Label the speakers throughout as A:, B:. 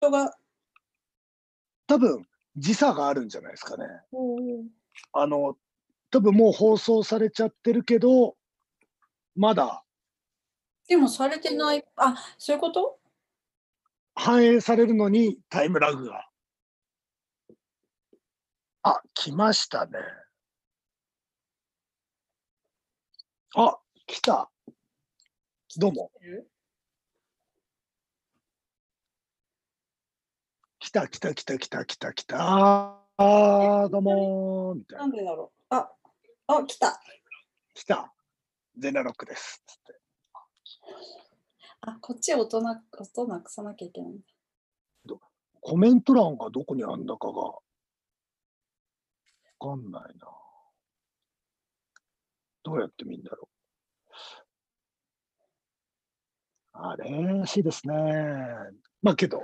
A: 人が、
B: 多分時差があるんじゃないですかね。
A: うん
B: あの、多分もう放送されちゃってるけど、まだ
A: でもされてない、あそういうこと
B: 反映されるのにタイムラグが。あ、来ましたね。あ、来た。どうも。来た来た来た来た来た来た。あー、どうもー。みたい
A: な
B: な。
A: んでだろうああ来た
B: 来た。ゼナロックです。つって
A: あこっち音な音なくさなきゃいけない。
B: コメント欄がどこにあんだかが。わかんないな。どうやって見んだろう。あれ、しいですね。まあけど、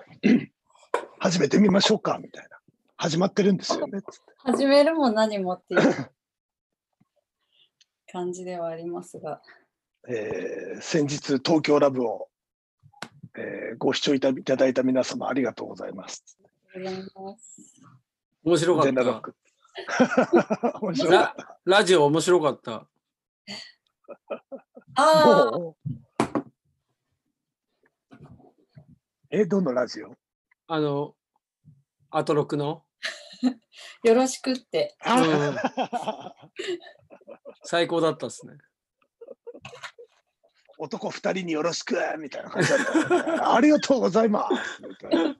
B: 始めてみましょうか、みたいな。始まってるんですよね。つって
A: 始めるも何もっていう 感じではありますが。
B: えー先日、東京ラブを、えーご視聴いたいただいた皆様、ありがとうございます。
A: ありがとうございます
C: 面白か
B: ゼ
C: っ
B: ンダーロッ
C: た。
B: ク。面白かっ
C: ララジオ面白かった。
B: た
A: ああ、
B: もう え、どのラジオ
C: あの、アトロクの、
A: よろしくって。
C: う
B: あ
C: ん、最高だったですね。
B: 男二人によろしくみたいな感じだったよね、ありがとうございますみたいな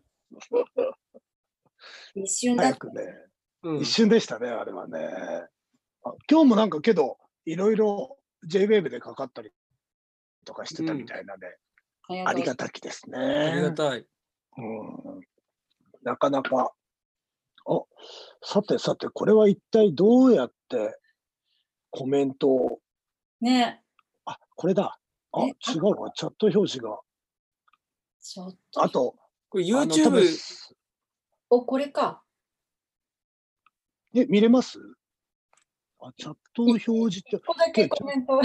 A: 一瞬だ
B: 早
A: っ
B: くね、
C: うん
B: 一、瞬でしたね、あれはね。あ今日もなんかけど、いろいろ JWAVE でかかったりとかしてたみたいなんで、
A: た。
B: あり
A: と
B: がたきですね。
C: ありがたい。
B: うんなかなか。あさてさて、これは一体どうやってコメントを。
A: うね
B: あこれだ。あ
A: え
B: 違うわ、チャット表示が。
A: ちょっと。
B: あと、
C: これ
B: あの多分
C: YouTube、
A: お、これか。
B: え、見れますあチャットの表示って
A: 一、個だけコメント。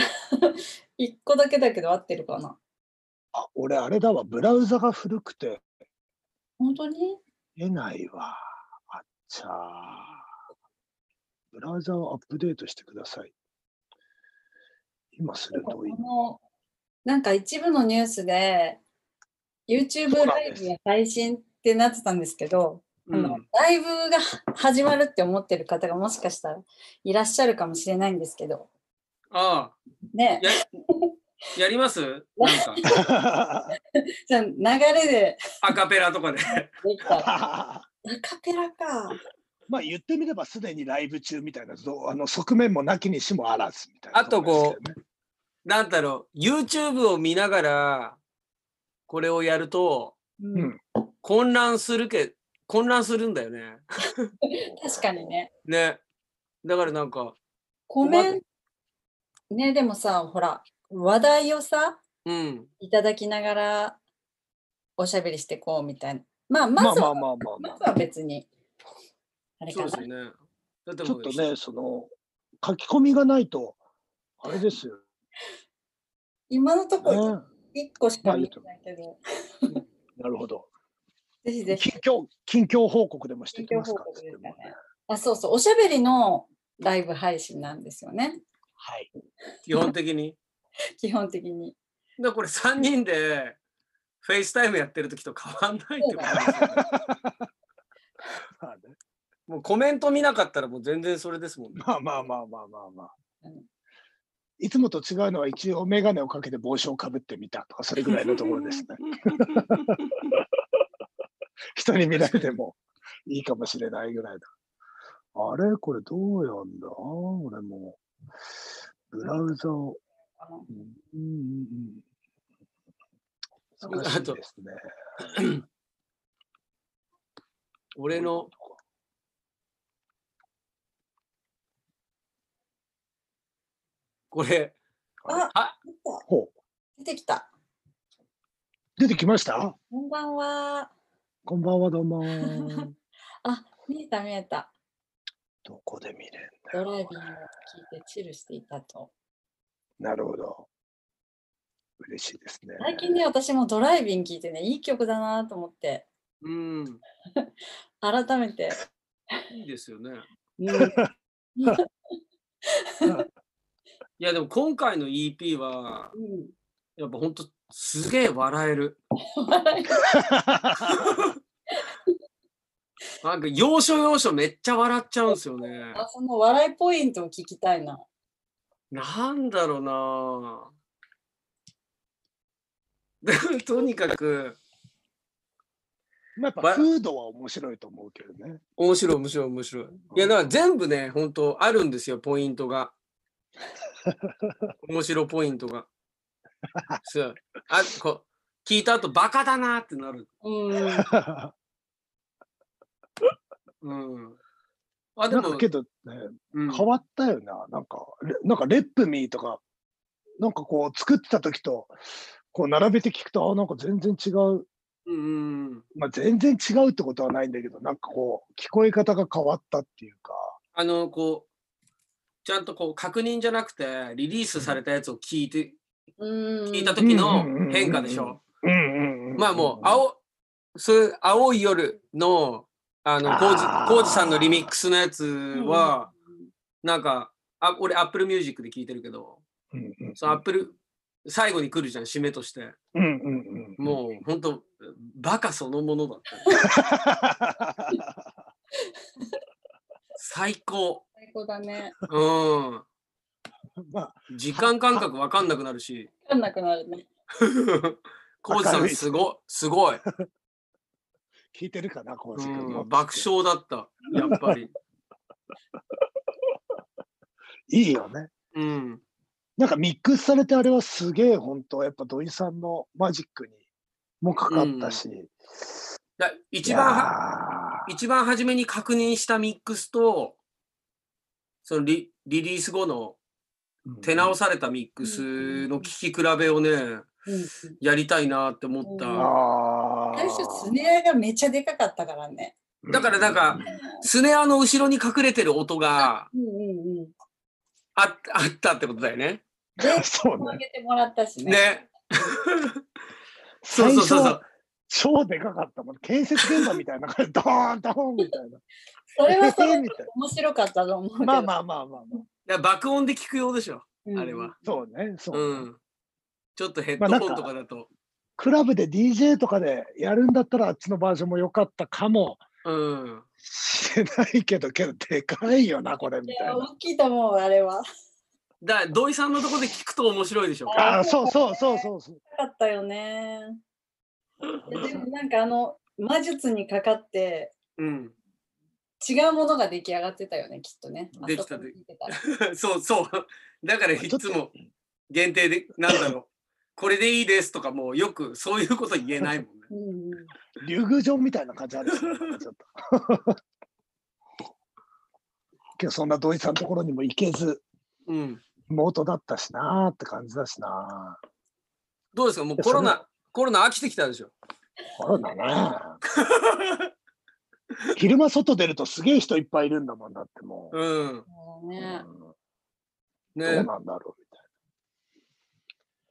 A: 一個だけだけど合ってるかな。
B: あ俺、あれだわ、ブラウザが古くて
A: 本当に
B: 出ないわ。あっちゃーブラウザをアップデートしてください。今するといい
A: こ。のなんか一部のニュースで YouTube
B: そうな
A: ラ
B: ん
A: イ
B: です
A: ブや配信ってなってたんですけど、
C: う
A: あの
C: ん、
A: ライブが始まるって思ってる方がもしかしたらいらっしゃるかもしれないんですけど、
C: ああ
A: ね、
C: や、やりますなんか、
A: じゃあ流れで
C: アカペラとかで。
A: できたら。アカペラか。
B: まあ言ってみればすでにライブ中みたいなぞあの側面もなきにしもあらずみたいな
C: あとこなんだろう、YouTube を見ながら、これをやると、
A: うん
B: うん
C: 混乱するけ、混乱するんだよね。
A: 確かにね。
C: ね。だからなんか、
A: コメント、ね、でもさ、ほら、話題をさ、
C: うん、
A: いただきながらおしゃべりしてこうみたいな。まあ、
B: ま
A: ま
B: あ
A: ず
B: ま
A: は
B: あまあまあ、ま
A: まず
B: あ、
A: は別に。あれ
C: そ
A: か
C: う
A: な
C: です。よね。だって
B: ち
C: も
B: ょっ
C: う
B: とねその書き込みがないとあれですよ
A: 今のところ
B: ね
A: 1個しか見てないけど、
B: なるほど
A: ぜひぜひ
B: 近況近況報告でもしてき
A: 近況
B: ます
A: 報
B: か
A: 告ですかね。あ、そうそう、おしゃべりのライブ配信なんですよね、
B: はい
C: 基本的に。
A: 基本的に。
C: だからこれ3人でフェイスタイムやってる時と変わんないってことですよね
B: まあね
C: もうコメント見なかったらもう全然それですもんね。
B: まあまあまあまあまあまあ
A: うん
B: いつもと違うのは一応眼鏡をかけて帽子をかぶってみたとかそれぐらいのところ ですね人に見られてもいいかもしれないぐらいだ。あれこれどうやんだ俺も。ブラウザを。
A: あの
B: うんうんうん。難しいですね。
C: 俺のこれ
A: あ、
C: あ
B: ほう。
A: 出てきた。
B: 出てきました
A: こんばんは。
B: こんばんはどうも ー。
A: あ、見えた見えた。
B: どこで見れる
A: ドライビングを聞いてチルしていたと。
B: なるほど。嬉しいですね。
A: 最近ね、私もドライビング聞いてね、いい曲だなと思って。
C: うん。
A: 改めて。
C: いいですよね。
A: うん
C: いや、でも今回の EP は、 やっぱほんとすげえ笑える。
A: 笑い
C: なんか要所要所めっちゃ笑っちゃうんですよね。
A: あその笑いポイントを聞きたいな。
C: なんだろうなぁとにかく、
B: まあ、やっぱフードは面白いと思うけどね。
C: 面白い面白い面白い。いや、だから全部ね、本当あるんですよ、ポイン トが。面白ポイントが。そう。あこ聞いた後、バカだなってなる。
A: うん。
C: うん。あ、で
B: なん
C: も
B: か、けどね、
C: うん
B: 変わったよな。なんか、レなんかレップミーとか、なんかこう作ってた時と、こう並べて聞くと、あ、なんか全然違う。
C: うんうん。
B: まあ全然違うってことはないんだけど、なんかこう、聞こえ方が変わったっていうか。
C: あの、こう、ちゃんとこう、確認じゃなくて、リリースされたやつを聞いて、
A: うん。
C: 聞いた時の変化でしょ。
B: うんうんうん
C: まあもう、
B: 青
C: 青、そういう青い夜の、あの、コウジ
B: あー
C: コウジさんのリミックスのやつは、なんか、あ俺、Apple Music で聴いてるけど、
B: うんうん
C: その Apple、最後に来るじゃん、締めとして。
B: うんうんうん。
C: もう、本当バカそのものだった。最高。
A: 最高だね。
C: うん。
B: まあ、
C: 時間感覚わかんなくな るし。
A: わかんなくなるね。
C: コウジさん、すごい、すごい。
B: 聞いてるかな、こう
C: うん、爆。笑だった。やっぱり。
B: いいよね。
C: うん。
B: なんかミックスされてあれはすげえ本当やっぱ土井さんのマジックにもかかったし、
C: だ一番は、
B: は
C: 一番初めに確認したミックスと、そのリリリース後の手直されたミックスの聴き比べをね、
A: うん。
C: やりたいなって思った。
B: あ
A: 最初、スネアがめちゃでかかったからね。
B: ー、
C: だからなんかスネアの後ろに隠れてる音が
A: うんうんうん。
C: ああったってことだよね。
A: で
B: そう
A: 上
B: ね
A: げてもらったしね。
C: ね。そ
B: 最
C: うそう
B: 初
C: そうそう。
B: 超でかかったもん建設現場みたいな感じドーンドーンみたいな
A: それはそ
B: え
A: れ
B: ーみ
A: で
B: たい
A: 面白かったと思うけ
B: な
A: ど。
B: まあまあまあまあ、まあ、
C: だから爆音で聞くようでしょ、
A: うん
C: あれは。。
B: そうねそうう、
C: ん。ちょっとヘッドホンとかだと。
B: クラブで DJ とかでやるんだったらあっちのバージョンも良かったかも
C: うん。
B: しれないけどけどでかいよなこれみ
A: い
B: たい
A: や、
B: な
A: 大きいと思う、あれは。
C: だから土井さんのとこで聞くと面白いでしょ。
B: ああーそうそうそうそうそう
A: かったよね。いやでもなんかあの、魔術にかかって、
C: うん。
A: 違うものが出来上がってたよね、きっとね。
C: できた
A: あそこに聞いてたら
C: そうそう。だからいつも限定で、なんだ ろう。これでいいですとかもうよくそういうこと言えない もんね。
A: うんうん
B: 竜宮城みたいな感じあるよねなんかちょっと けどそんな土井さんのところにも行けず
C: うん。
B: 妹だったしなーって感じだしな
C: どうですかもうコロナ、コロナ飽きてきたでしょ。
B: コロナな昼間外出るとすげえ人いっぱいいるんだもんだってもう、
C: うん。
A: そう
B: う
A: ね。
B: んどう
C: ね。
B: なんだろうみたい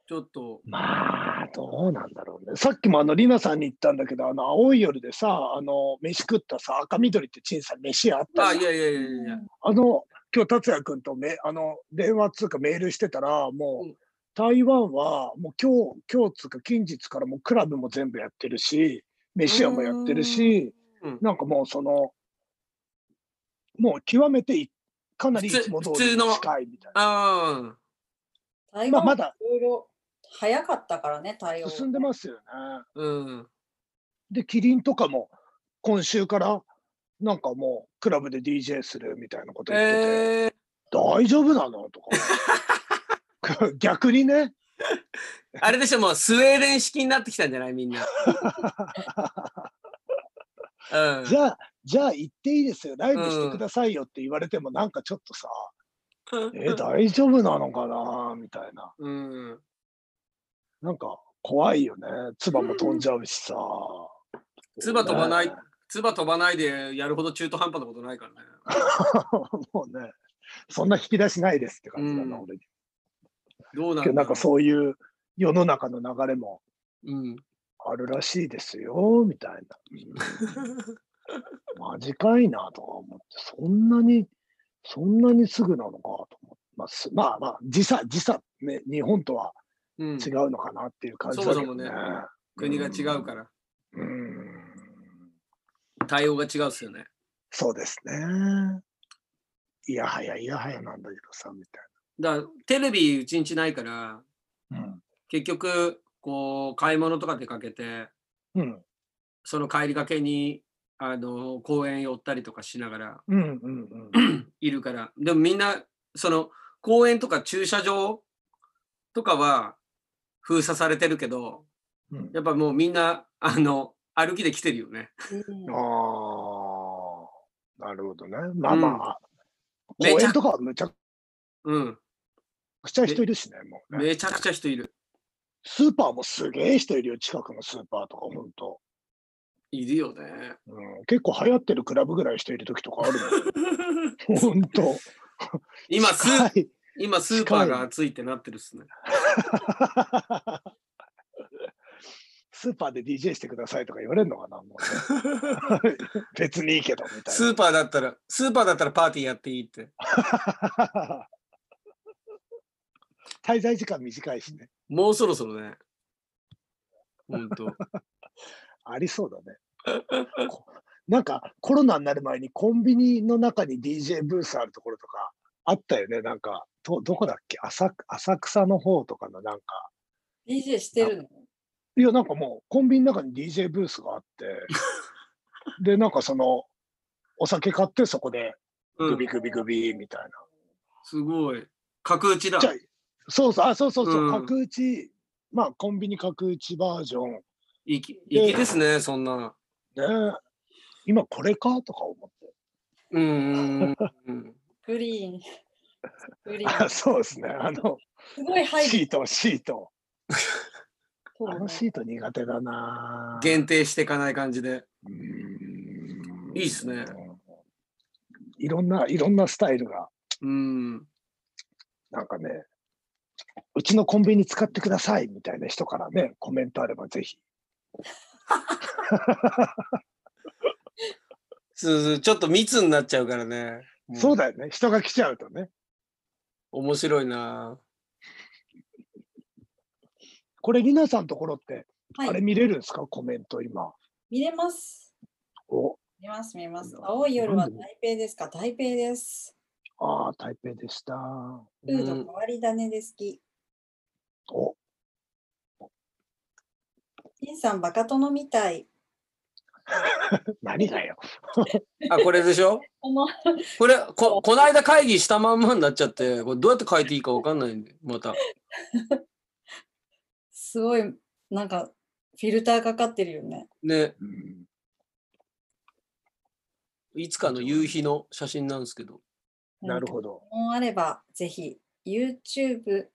C: ちょっと。
B: なまあどうなんだろうねさっきもあのりなさんに言ったんだけどあの青い夜でさあの飯食ったさ赤緑って陳さん飯あった
C: あ、
B: じゃん
C: いやいやいやいやいや。
B: あの、今日達也君とめあの電話つうかメールしてたら、もう、
C: うん
B: 台湾はもう今日、今日つうか近日からもうクラブも全部やってるし、飯屋もやってるし、
C: うん
B: なんかもうその、もう極めていかなりい
C: 普通
B: つも通りに
C: 普通の
B: 近いみたい
C: あ
A: 台
B: まあま
A: 湾ま
B: だ
A: だいろいろ早かったからね、対
B: な。
A: 応が。
B: 進んでますよね。
C: あ。うん。
B: で、キリンとかも今週からなんかもうクラブで DJ するみたいなこと言ってて。
C: えー、
B: 大丈夫なのと か。逆にね。
C: あれでしょ、もうスウェーデン式になってきたんじゃな いみんな。うん。
B: じゃあ、じゃあ行っていいですよ、ライブしてくださいよって言われても、なんかちょっとさ、え、大丈夫なのかなみたいな。
C: うん。
B: なんか怖いよね。唾も飛んじゃうしさ。
C: 唾飛ばない
B: ね
C: 唾飛ばないでやるほど中途半端なことないからね。
B: もうね、そんな引き出しないですって感じだな、
C: うん
B: 俺に。
C: どうなん
B: けど
C: だろう
B: なんかそういう世の中の流れも
C: うん。
B: あるらしいですよ、みたいな。マジかいなとか思って、そんなに、そんなにすぐなのかと思って。まあ、すまあ、まあ、時差、時差、ね、日本とは
C: うん、
B: 違うのかなっていう感じだけど、ね
C: そもそもね国が違うから、
B: うん。
C: 対応が違うっすよね。
B: そうですね。いやはや、いやはやなんだけどさ、みたい
C: だからテレビうちんちないから、
B: な。
C: 結局、こう、買い物とか出かけて、
B: うん。
C: その帰りがけに、あの、公園寄ったりとかしながら
B: うん。うん。うん。うん。
C: いるから、でもみんな、その、公園とか駐車場とかは封鎖されてるけど、
B: うん、
C: やっぱもうみんな、あの、歩きで来てるよね。
B: ああ、なるほどね。まあまあ、
C: うんめ
B: 公
C: ちゃ
B: 園とかはむちゃ
C: うん。
B: くちゃ人いるしね、もうね。
C: めちゃくちゃ人いる。
B: スーパーもすげえ人いるよ、近くのスーパーとか、ほんと。
C: いるよ ね。
B: うん、結構流行ってるクラブぐらい人いる時とかある もん。ほんと。
C: 今スー、
B: 近い
C: 今スーパーが熱いってなってるっすね。
B: スーパーで DJ してくださいとか言われるのかな、もうね別にいいけど、みたい
C: スーパーだったら、スーパーだったらパーティーやっていいって。
B: な。 滞在時間短いしね。
C: もうそろそろね。ほんと。
B: ありそうだね。こなんかコロナになる前にコンビニの中に DJ ブースあるところとかあったよね。なんか、どどこだっけ浅く浅草の方とかのなんか。
A: DJ してるの
B: いや、なんかもうコンビニの中に DJ ブースがあ って、で、なんかその、お酒買ってそこで
C: う
B: グ
C: ん
B: ビ、グビグビみたいな。
C: すごい。角打ちだ。
B: じゃあそうそう、あ、そうそうそう、
C: うん
B: 角打ち、まあコンビニ角打ちバージョン。
C: いき、いきですね、そんな。
B: ね、今これかとか思って。
C: うーん。うん
A: グリーン。グリー
B: あ
A: ン。す
B: そうですね。あの、
A: ごい入
B: シ
A: る。
B: ート、シート。
A: そう
B: あ
A: だ
B: の
A: ね
B: シート苦手だなぁ。
C: 限定していかない感じで。
B: うーん
C: いいっすね。
B: いろんな、いろんなスタイルが、
C: うん。
B: なんかね、うちのコンビニ使ってくださいみたいな人からね、コメントあればぜひ。
C: そうそうちょっと密になっちゃうからね。
B: そうだ
C: だ。
B: よね。人が来ちゃうとね。
C: 面白いな。
B: これ、りなさんところって、あ
A: は
B: れ
A: い。
B: 見れるんですかコメント今。
A: 見れます。
B: お、
A: 見ます、見ます。青い夜は台北ですか台北です。
B: ああ、台北でした。
A: フード
C: う
A: 変
C: ん
A: わり種で好き。
B: お、
A: ピンさん、バカ殿みたい。
B: 何がよ。
C: あ、これでしょ
A: この
C: これこ、この間会議したまんまになっちゃって、これどうやって書いていいかわかんないんで、また。
A: すごい、なんか、フィルターかかってるよね。
C: ね、
B: うん
C: いつかの夕日の写真なんですけど。
B: なるほど。
A: もうあれば、ぜひ、YouTube、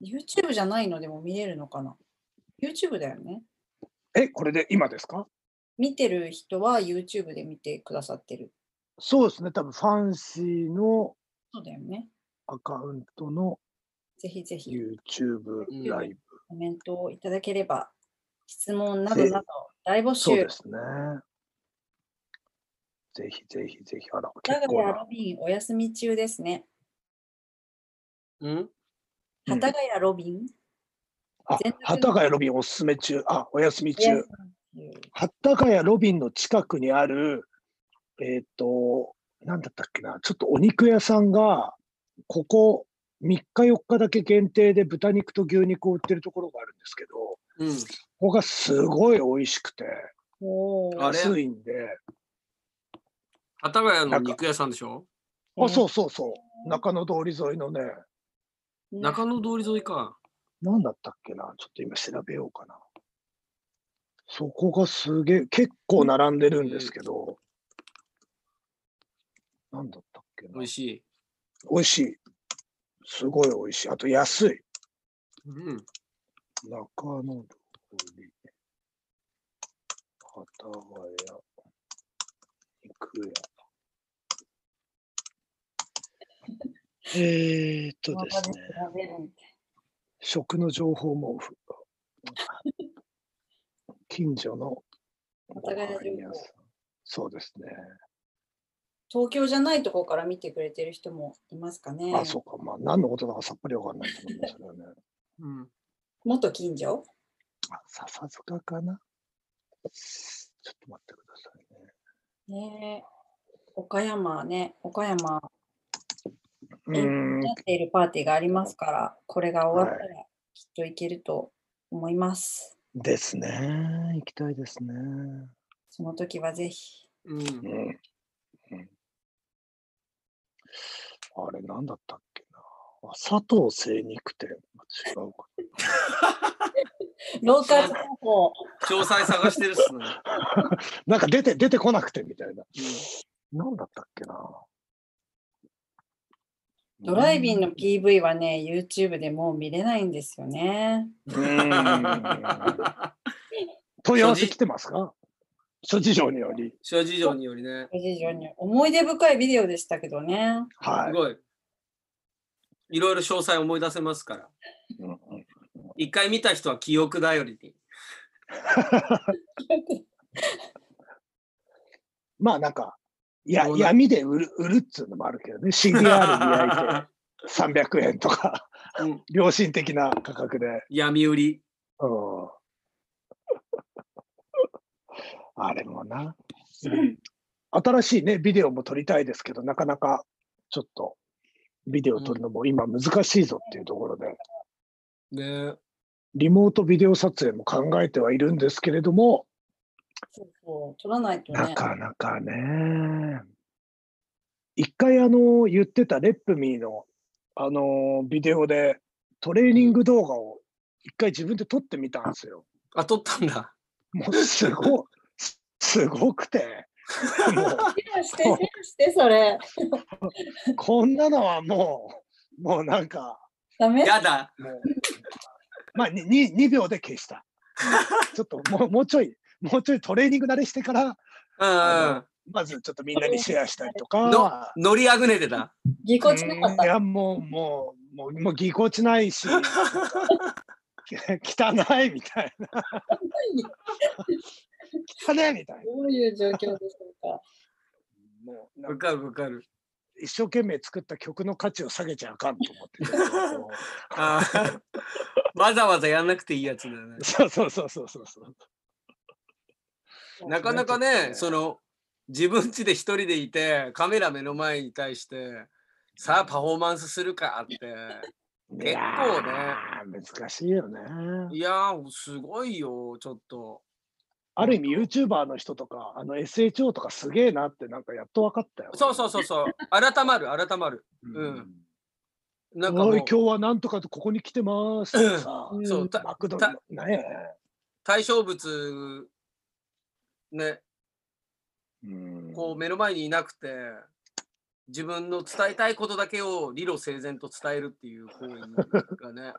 A: YouTube じゃないのでも見れるのかな ?YouTube だよね。
B: え、これで今ですか
A: 見てる人は YouTube で見てくださってる。
B: そうですね。多分、ファンシーの
A: そうだよね。
B: アカウントの
A: ぜひぜひ
B: YouTube
C: うん
B: ライブ。
A: コメントをいただければ、質問などなど大募
B: そう
A: 集
B: で。すね。ぜひぜひぜひ、あら、
A: 長
B: 結
A: 谷
B: 構
A: や
B: な
A: ロ。ビンお休み中ですね。
C: うん
B: うん
A: 幡ヶ谷ロビン、
B: あ
A: 全、然
B: 幡ヶ谷ロビンおすすめ中。あ、お休み
A: お休
B: 中。
A: み中
B: 幡ヶ谷ロビンの近くにある、えっ、と、なんだったっけな、ちょっとお肉屋さんが、ここ3日4日だけ限定で豚肉と牛肉を売ってるところがあるんですけど、こ
C: うん。
B: こがすごい美味しくて、
A: おー
C: あれ
B: 安いんで、
C: 幡ヶ谷の肉屋さんでしょ
B: あ、そうそうそう、中野通り沿いのね、
C: 中野通り沿いか。
B: なんだったっけな、ちょっと今調べようかな。そこがすげえ、結構並んでるんですけど、なんだったっけな。
C: 美味しい。
B: 美味しい。すごい美味しい。あと安い。
C: うん。
B: 中野通り。幡ヶ谷。肉屋。えーっと
A: ま
B: で
A: た
B: す
A: ね
B: ね。
A: 調べるみたい
B: 食の情報もふ近所の
A: お互いの情報
B: ご飯屋さんそうですね。
A: 東京じゃないところから見てくれてる人もいますかね。
B: あ、そうか。まあ、何のことだかさっぱりわかんないと思いますよね。
C: うん。
A: 元近所
B: あ、笹塚かなちょっと待ってくださいね。
A: ねえ岡山ね、岡山
B: う
A: え
B: ーん
A: や、っているパーティーがありますから、これが終わったらきっといけると思います。
B: ですね。行きたいですね。
A: その時はぜひ。
C: うん
B: う。ん。うんあれ、なんだったっけな。あ佐藤精肉店。違うか。
A: ローカル情報。
C: 詳細探してるっすね。
B: なんか出て、出てこなくてみたいな。
C: う
B: なんだったっけな。
A: ドライビンの PV はね、YouTube でもう見れないんですよね。
B: うーん 問い合わせ来てますか諸事情により。
C: ん諸事情によりね。
A: ご事情に思い出深いビデオでしたけどね。
B: は
C: す
B: い。
C: ごい。いろいろ詳細思い出せますから。
B: うんうん
C: 一回見た人は記憶頼 りに。
B: まあなんか、や
C: そうだ
B: 闇で売る売るっつうのもあるけどね、CDR に焼いて 300円とか、
C: うん
B: 良心的な価格で。
C: 闇売り。
B: うん、 あれもな、新しいね、ビデオも撮りたいですけど、なかなかちょっとビデオ撮るのも今難しいぞっていうところで、
C: ね。
B: リモートビデオ撮影も考えてはいるんですけれども、
A: そうそう、撮らないと
B: な
A: ね。
B: かなかね。一回あの言ってたレップミーのあのビデオでトレーニング動画を一回自分で撮ってみたんですよ。
C: あ、撮ったんだ。
B: もうすごすすごくて。も
A: シェアして、シェアして、それ。
B: うこんなのはもうもうなんか
A: ダメ
C: やだ。
B: もうまあにに 2, 秒で消した。ちょっともうもうちょいもうちょいトレーニング慣れしてから
C: う
B: まずちょっとみんなにシェアしたりと
C: ん。の
B: か。
C: 乗りあぐねてた。
A: ぎこちなか
B: う
A: っ
B: んい
A: た。
B: やもうもうもうもうぎこちないし なんか汚いみたいな汚いみたいな
A: どういう状況でしょうか。
B: もうな
C: わ
B: んか
C: かるわかる。
B: 一生懸命作った曲の価値を下げちゃあかんと思って
C: あー わざわざやんなくていいやつだね。
B: そうそうそうそうそうそう
C: なかなか
B: そう
C: ね
B: ね、
C: その自分家で一人でいて、カメラ目の前に対して、さあパフォーマンスするかって。
B: 結
C: 構ね
B: 難しいよね
C: いやー、すごいよ、ちょっと。
B: ある意味 YouTuber の人とかあの SHO とかすげえなってなんかやっと分かったよ
C: そうそうそうそう、改まる、改まる。うんなんかも
B: お
C: う
B: い今日はなんとかとここに来てますとかさ
A: うん
C: そうた
B: マクドナルドね
C: 対象物、ね、
B: うん
C: こう目の前にいなくて、自分の伝えたいことだけを理路整然と伝えるっていう行為 がね。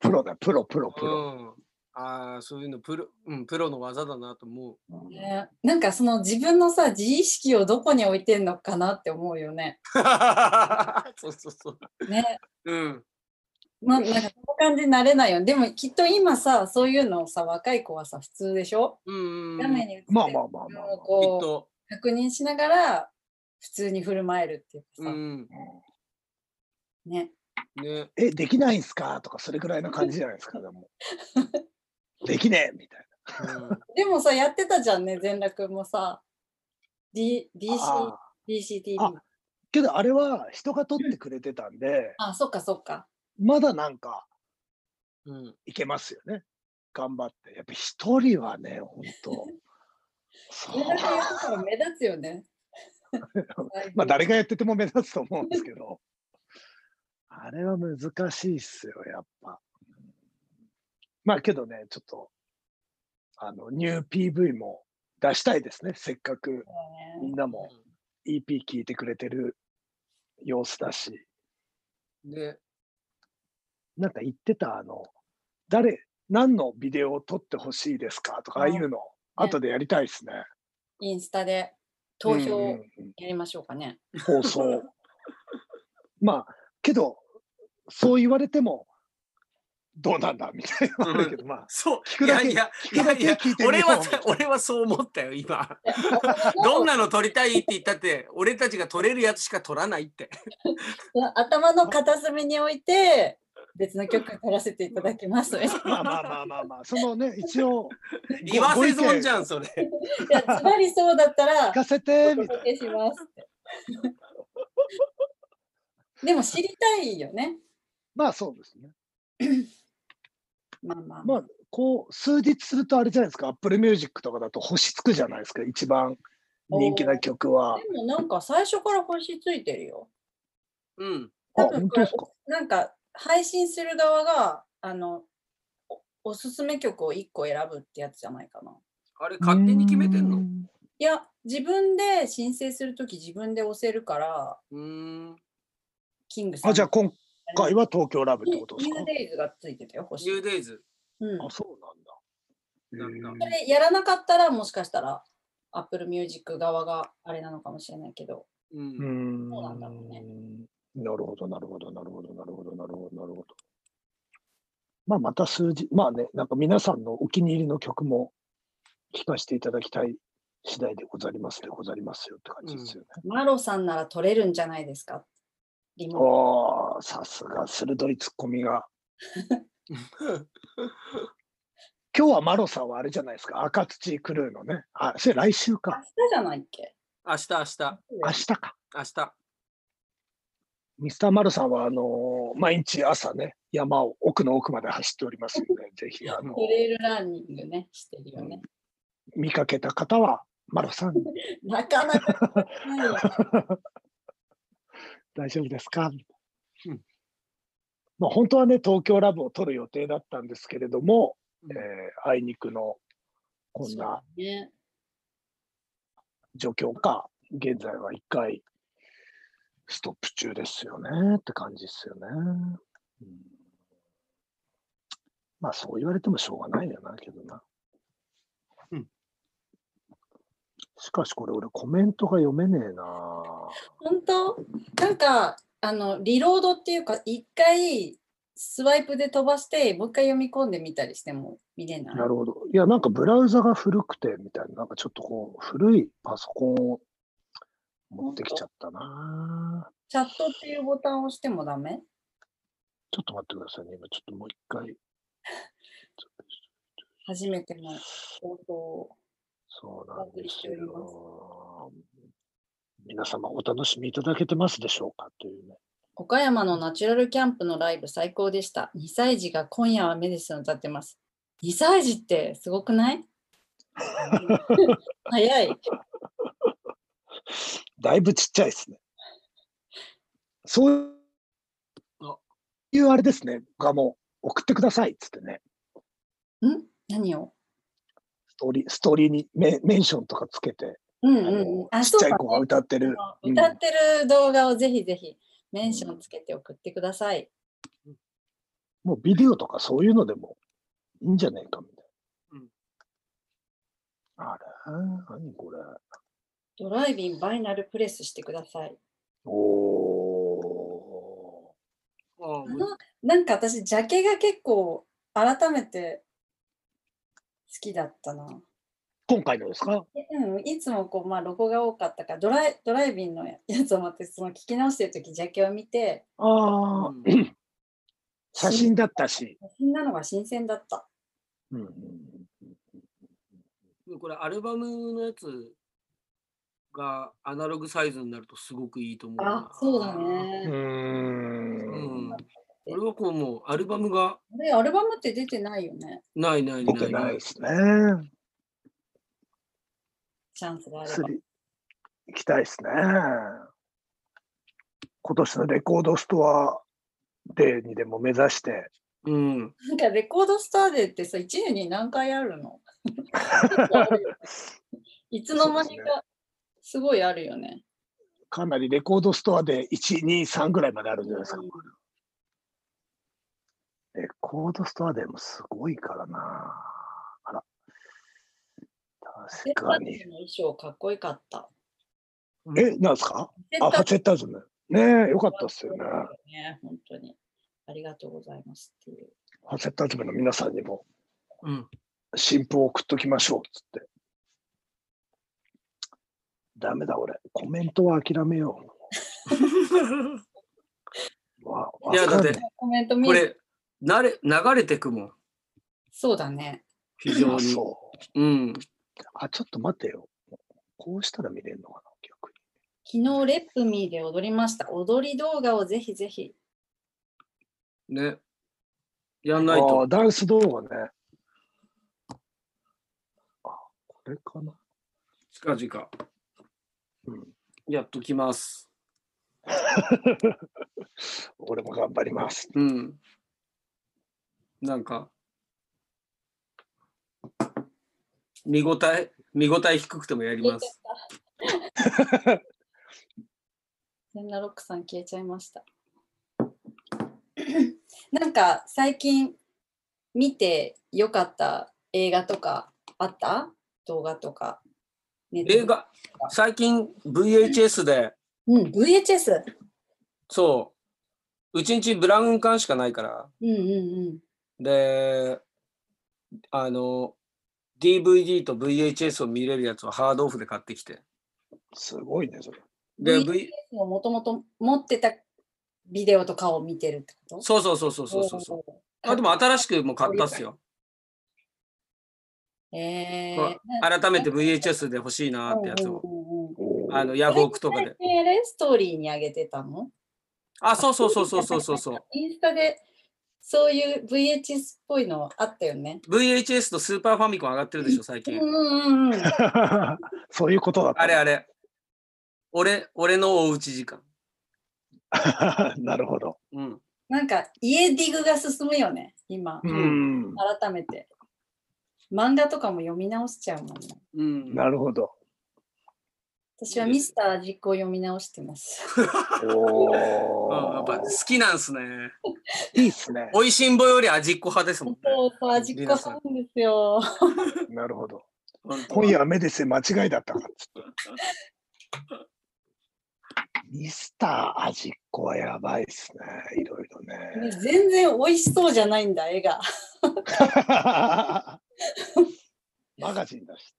B: プロだプロプロプ
C: う
B: ロ、
C: ん。ああ、そういうのプロ、うん、プロの技だなと思 う。
A: ねなんかその自分のさ、自意識をどこに置いてんのかなって思うよね。
C: そうそうそう。
A: ね。
C: うん。
A: まあ、なんかその感じになれないよ。でもきっと今さ、そういうのをさ、若い子はさ、普通でしょ
C: うん。
A: 画面に映って
B: まあまあまあまあ、
A: 自
B: ま
A: 分
B: あ
A: を
C: きっ。
A: ことう確認しながら、普通に振る舞えるっていう
C: う
A: かさ、
C: ん。
A: ね。
C: ね。
B: えできないんすかとかそれぐらいの感じじゃないですかで もできねえみたい
A: でもさ、やってたじゃんね、全楽もさ。D、
B: な
A: DC
B: ああ
A: DCTV。
B: あけどあれは人が撮ってくれてたんで
A: あ、そっかそっ か。
B: まだなんか
C: うん。うん。
B: いけますよね頑張ってやっぱ一人はねほんとそう
A: 全楽やってたら目立つよ ね。
B: まあ誰がやってても目立つと思うんですけどあれは難しいっすよやっぱまあけどねちょっとあのニュー PV も出したいですねせっかくみんなも EP 聴いてくれてる様子だし、
C: ね。
B: なんか言ってた、あの、誰、何のビデオを撮ってほしいですかとか、ああいうの、後でやりたいですね。
A: インスタで投
B: うんう
A: 票
B: んうん
A: やりましょうかね。
B: 放送。 まあ、けど、そう言われても、どうなんだみたいなのあるけど、まあ、
C: そう。
B: 聞くだけ
C: いや
B: 聞
C: いや
B: くだ
C: いや
B: け聞いてみ
C: 俺
B: よう
C: は
B: みたいな
C: 俺はそう思ったよ今どんなの撮りたいって言ったって俺たちが撮れるやつしか撮らないって
A: 頭の片隅に置いて別の曲撮らせていただき ますみたい
B: まあまあまあまあまあ、そのね、一応、
C: 言わせ損じ
B: ん。
C: ゃんそれ
A: な。いや詰まりそうだったら
B: 聞かせ
A: お
B: て、みたい
A: 届けしますって。でも知りたいよね。
B: な。まあそうですね。
A: まあまあ。
B: まあ、こう、数日するとあれじゃないですか、Apple Music とかだと星つくじゃないですか、一番人気な曲は。
A: でもなんか最初から星ついてるよ。
C: うん
B: あ、
A: 多分
B: 本当ですか。
A: なんか配信する側があのおおすすめ曲を1個選ぶってやつじゃないかな。
C: あれ勝手に決めてんの
B: う
C: う
A: いや自分で申請するとき自分で押せるから
C: ーん
A: キングさん。
B: あ、じゃあ今回は東京ラブってことです
A: ニュ
B: か
A: ー。デイズがついてたよ、星。
C: ニューデイズ
A: うん、
B: あ、
A: そ
B: そうなんだ。
C: なん
B: へー
A: れやらなかったら、もしかしたら、Apple Music 側があれなのかもしれないけど、
C: う
B: うー
C: ん
B: ん
A: そうなんだろうね
B: なるほど、なるほど、なるほど、なるほど、なるほど、なるほど。まあ、また数字、まあね、なんか皆さんのお気に入りの曲も聴かせていただきたい次第でござりますでござりますよって感じですよね。
A: マロさんなら取れるんじゃないですかリモート
B: おー、さすが、鋭いツッコミが。今日はマロさんはあれじゃないですか、赤土クルーのね。あ、それ来週
A: 明
B: か。
A: 日じゃないっけ
C: 明日明日
B: 明日か。
C: 明日
B: ミスターマロさんは、あのー毎日朝ね、山を奥の奥まで走っておりますので、ぜひ、あの
A: トレイルランニングね、してるよね。
B: 見かけた方は、マロさん、
A: なかなかない よ。
B: 大丈夫ですか、
C: うん
B: まあ、本当はね、東京ラブを撮る予定だったんですけれども、
C: うん
B: えーあいにくのこんな
A: そうね。
B: 状況か、現在は一回ストップ中ですよねって感じですよね。うんまあそう言われてもしょうがないよな、けどな。
C: うん
B: しかしこれ俺コメントが読めねえな。
A: 本当なんか、あの、リロードっていうか、一回、スワイプで飛ばして、もう一回読み込んでみたりしても見れない。
B: なるほど。いや、なんかブラウザが古くてみたいな、なんかちょっとこう、古いパソコンを持ってきちゃったな。
A: チャットっていうボタンを押してもダメ
B: ちょっと待ってくださいね。今ちょっともう一回。
A: 初めての冒頭。
B: そうなんです
A: お送りして
B: よ。皆様お楽しみいただけてますでしょうかというね。
A: 岡山のナチュラルキャンプのライブ最高でした。2歳児が今夜はメディスンを歌ってます。2歳児ってすごくない早い。
B: だいぶちっちゃいですね。そう
C: あ
B: いうあれですね。がもう送ってくださいっつってね。
A: ん何を
B: ストーリー、ストーリーにメメンションとかつけて、
A: うん
B: あ
A: うんうん
B: の。
A: あ、
B: ち
A: そ
B: っ
A: う
B: ちゃい
A: だ
B: 子が
A: ね。
B: 歌ってる。
A: あ
B: う
A: の
B: ん
A: 歌ってる動画をぜひぜひメンションつけて送ってください。
B: もうビデオとかそういうのでもいいんじゃないかみたいな。あれ何これ
A: ドライビンバイナルプレスしてください。
B: お
C: ああ
A: あのなんか私、ジャケが結構改めて好きだったな。
B: 今回のですか
A: うん、いつもこう、まあ、ロゴが多かったからドライドライビンのやつを待ってその聞き直してる時ジャケを見て
B: ああ、
C: うん
B: 写真だったし。
A: みんなのが新鮮だった
B: うんうん
C: これアルバムのやつがアナログサイズになるとすごくいいと思うな
A: あそうだ
B: う。
A: ね、
C: うんん俺はこうもうアルバム
A: あ
C: が
A: れアルバムって出てないよね
C: ないないな
B: 出
C: い
B: てない
C: い
B: ですね。
A: チャンスがあれば
B: 釣り行きたいですね。今年のレコードストアデーにでも目指して、
C: うん
A: なんかレコードスターデーってさ1年に何回ある のいつの間にかすごいあるよね
B: かなりレコードストアで1、2、3ぐらいまであるんじゃないですか。レコードストアでもすごいからな。あら。確
A: セッタ
B: か
A: ーズの
B: に。
A: 衣装かっこよかった
B: え、なんですか
A: セ
B: あ、
A: ッター
B: ファ
A: ズ
B: チェッターズね。ねえ、よかったっすよね。
A: ね。本当に。ありがとうございますっていう。
B: ファセット集めの皆さんにも
C: うん。
B: 新譜を送っときましょうっつって。ダメだ俺、コメントは諦めよう。わ
C: いや、だっ
B: わかん
C: て
B: な、
A: コメント見
C: こ
A: る。
C: れ、なれ、流れてくもん。
A: そうだね。
C: 非常
B: あ
C: に。
B: そう。
C: うん。
B: あ、ちょっと待てよ。こうしたら見れるのかな、逆に。
A: 昨日、レップミーで踊りました。踊り動画をぜひぜひ。
C: ね。やんない
B: あ
C: と
B: ー。ダンス動画ね。あ、これかな。
C: 近々。
B: うん、
C: やっときます。
B: 俺も頑張ります。
C: うん。なんか、見応え、見応え低くてもやります。
A: センナロックさん消えちゃいました。 なんか最近見てよかった映画とかあった動画とか。ネット
C: 映画、最近 VHS で、
A: うん、VHS。
C: そう、うちんちブラウン管しかないから、
A: うんうん
C: で、あの、DVD と VHS を見れるやつをハードオフで買ってきて。
B: すごいね、それ。
C: で、
A: V-
C: v、
A: うん。もともと持ってたビデオとかを見てるってこと
C: そうそうそうそうそうそうそう。
A: う。
C: あ、でも新しくもう買ったっすよ。
A: え
C: ほ
A: ー
C: ら、改めて VHS で欲しいなってやつを。
A: を。
B: おー
C: あの、ヤフオクとかで
A: 最。近あれストーリーにあげてたの
C: あ、そうそうそうそうそうそうそう。
A: インスタでそういう VHS っぽいのあったよね。
C: VHS とスーパーファミコン上がってるでしょ、最
A: うん
C: 近。
A: うんうん。
B: そういうことだった。
C: あれあれ。俺、俺のおうち時間。
B: なるほど。
C: うん。
A: なんか家ディグが進むよね、今
B: う。ん。
A: 改めて。漫画とかも読み直しちゃうもんね。
C: うん。
B: なるほど。
A: 私はミスター実行読み直して ます。
B: お
C: うんやっぱ
B: ー
C: 好きなんすね。
B: いいっすね。
C: 美味しんぼより味っ子派ですもんね。
A: そうそう、味っ子派なんですよ。
B: なるほど。
C: 本当
B: 今夜は目です間違いだったかっつって。ミスター味っ子はやばいっすね。いろいろね。
A: ね全然美味しそうじゃないんだ、絵が。
B: マガジンだし。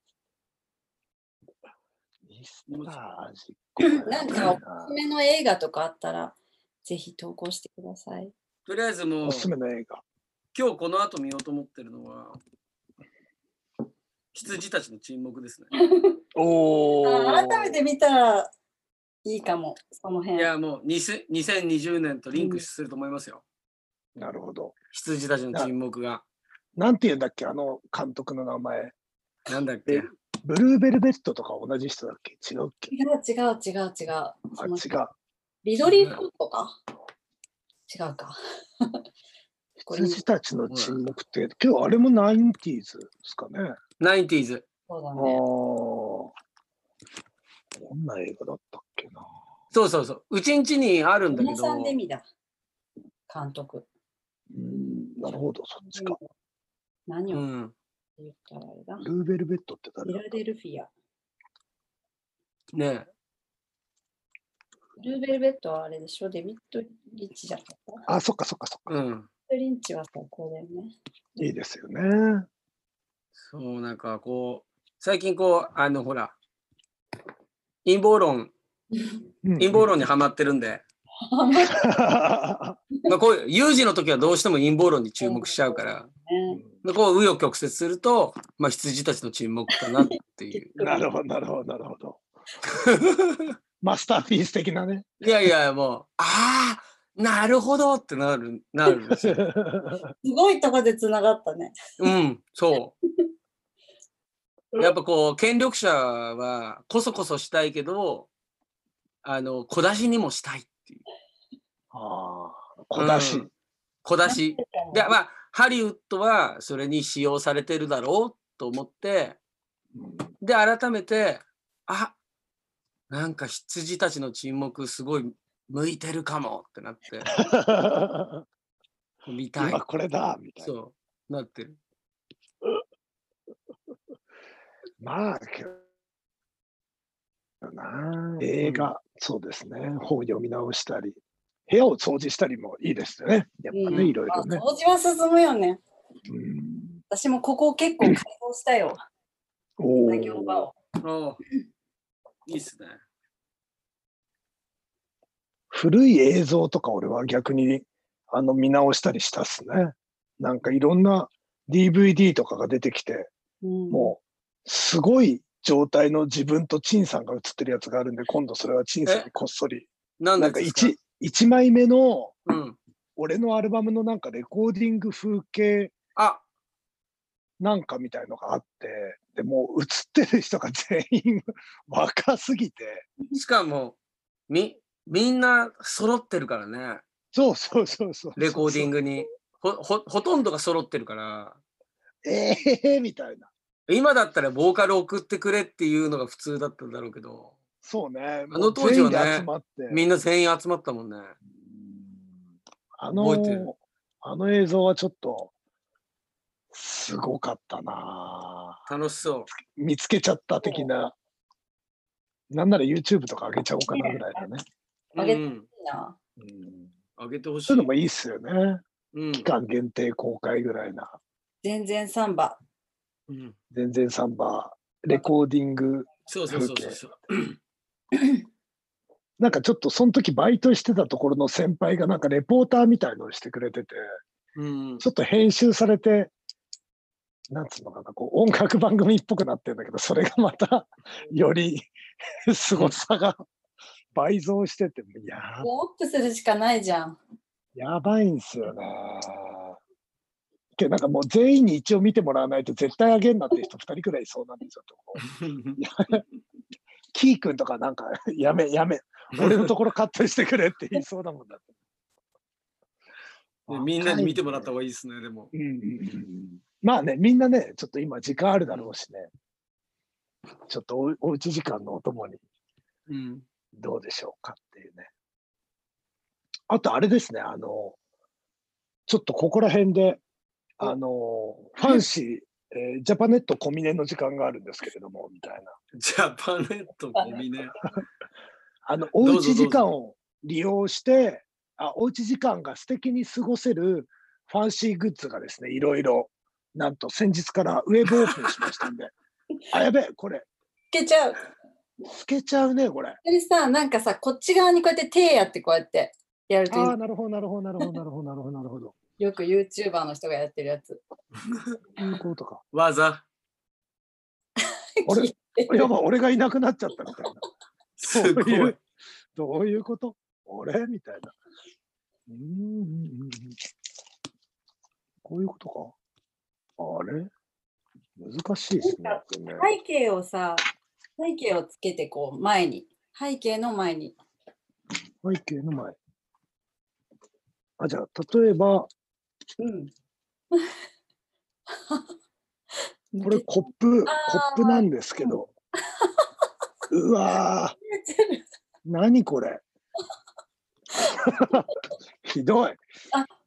B: ミスター味っ子はやばい
A: なんおすすめの映画とかあったら、ぜひ投稿してください。
C: とりあえずもう
B: お、すすめの映画。
C: 今日この後見ようと思ってるのは、羊たちの沈黙ですね。
B: お
A: あ改めて見たらいいかも、その
C: い
A: 辺。
C: や、もうにせ2020年とリンクすると思いますよ。
B: なるほど。
C: 羊たちの沈黙が。
B: なんて言うんだっけ、あの監督の名前。
C: なんだっけ
B: えブルーベルベットとか同じ人だっけ違うっけ
A: 違う違う違う違う。
B: あ、
A: その
B: 違う。
A: リドリー・フットか違うか。 これ
B: 羊たちの沈黙って、今日あれもナインティーズですかね。
C: 90s。
A: そう
B: あ
A: だ
B: あ。
A: ね。
B: こんな映画だったっけな。
C: そうそうそう。うちんちにあるんだ
A: 皆
C: け
A: さん
C: ど
A: で、見だ。監督。
B: うん、なるほど、そっちか。
A: 何
C: う
A: を
C: ん。
A: 言ったらあれだ。
B: ブルーベルベットって
A: フィ
B: 誰
A: ラデルフィア。
C: ねえ
A: ルーベルベットはあれでしょデビッド・リンチじゃなかったデ
B: あ、そっかそっかそっか。
C: うん。
A: ビッド・リンチは最高だよね。
B: いいですよね。。
C: そう、なんかこう、最近こう、あの、ほら、陰謀論、陰謀論にはまってるんで、
A: あん まり
C: まあ、こういう、有事の時はどうしても陰謀論に注目しちゃうから、
A: ね。
C: でこう、紆余曲折すると、まあ、羊たちの沈黙かなっていう
B: なるほど、なるほど、なるほど。マスターピース的 なね。
C: いやいや、もう、ああ、なるほどってなる、なるんで すよ。
A: すごいとこでつながったね。
C: うん、そう。やっぱこう、権力者は、こそこそしたいけど、あの、小出しにもしたいっていう。
B: ああ、小出し。
C: うん小出し。で、まあ、ハリウッドはそれに使用されてるだろうと思って、
B: うん
C: で、改めて、あなんか羊たちの沈黙、すごい向いてるかもってなって、見たい
B: 今。これだ、みたいな。
C: そう、なってる。
B: まあ、けどなあ映画、そうですね。本読み直したり、部屋を掃除したりもいいですよね。やっぱね、
A: うん
B: いろいろね。
A: 掃除は進むよね。
B: うん
A: 私もここ結構開放したよ、
B: お
A: 作業場
B: ー
A: を。
C: ああいいっすね。
B: 古い映像とか俺は逆にあの見直したりしたっすね。なんかいろんな DVD とかが出てきて、もうすごい状態の自分と陳さんが映ってるやつがあるんで、今度それは陳さんにこっそり。
C: なん
B: な
C: だ
B: んか
C: です
B: 1、一枚目の
C: うん。
B: 俺のアルバムのなんかレコーディング風景
C: あ、
B: なんかみたいのがあって、でもう映ってる人が全員若すぎて、
C: しかも、み、みんな揃ってるからね。
B: そうそうそうそう。
C: レコーディン
B: グ。
C: グに。ほ、ほ、ほとんどが揃ってるから。
B: ええー、みたいな。
C: 今だったらボーカル送ってくれっていうのが普通だったんだろうけど、
B: そうね。
C: あの当時は
B: も
C: ね
B: う全員で集まって。
C: みんな全員集まったもんね。
B: あの
C: 覚えてる
B: あの映像はちょっと、すごかったなぁ
C: 楽しそう。
B: 見つけちゃった的な。なんなら YouTube とか上げちゃおうかなぐらいだね。
C: う
A: あげ
C: ん。
A: いいな
B: うん
C: あげてほしい。
B: そういうのもいいっすよね。
C: うん
B: 期間限定公開ぐらいな。
A: 全然サンバ。
C: うん。
B: 全然サンバー、レコーディング。
C: そうそうそうそうそう。
B: なんかちょっとその時バイトしてたところの先輩がなんかレポーターみたいのをしてくれてて、
C: うん。
B: ちょっと編集されて、なんつうのかな、こう音楽番組っぽくなってるんだけど、それがまたより凄さが倍増してて、や
A: オップするしかないじゃん。
B: やばいんすよね。けどなんかもう全員に一応見てもらわないと絶対あげんなって人2人くらいいそうなんですよ。キー君とかなんかやめやめ、 俺のところカットしてくれって言いそうだもんだって。
C: で みんなに見てもらった方がいいですね、でも。
B: うんうんうんまあね、みんなね、ちょっと今時間あるだろうしね、ちょっとおおうち時間のお供に
C: うん。
B: どうでしょうかっていうね。あとあれですね、あの、ちょっとここら辺で、あの、ファンシー、えージャパネット小峰の時間があるんですけれども、みたいな。
C: ジャパネットコミネ。
B: あの、
C: うぞ
B: おうち時間を利用して、あおうち時間が素敵に過ごせるファンシーグッズがですね、いろいろ、なんと先日からウェブオープンしましたん で、あ、やべえ、これ、
A: いけちゃう。
B: 透けちゃうね、これ。
A: それさ、なんかさ、こっち側にこうやって手やってこうやってやるといい
B: ああ、
A: の
B: なるほど、なるほど、なるほど、なるほど、なるほど、なるほ ど。
A: よく YouTuber の人がやってるやつ。
B: こういうことか。
C: 技。
B: あれやばい、俺がいなくなっちゃったみたいな。
C: すご
B: そうい。
C: いう
B: どういうこと俺みたいな。うーんうんうんうん。こういうことか。あれ難しいですね。これね
A: 背景をさ、背景をつけてこう前に。背景の前に。
B: 背景の前。あ、じゃあ、例えば、
A: うん。
B: これコップ、コ
A: あ
B: ップなんですけ ど。うわぁ、何こ れ。ひどい。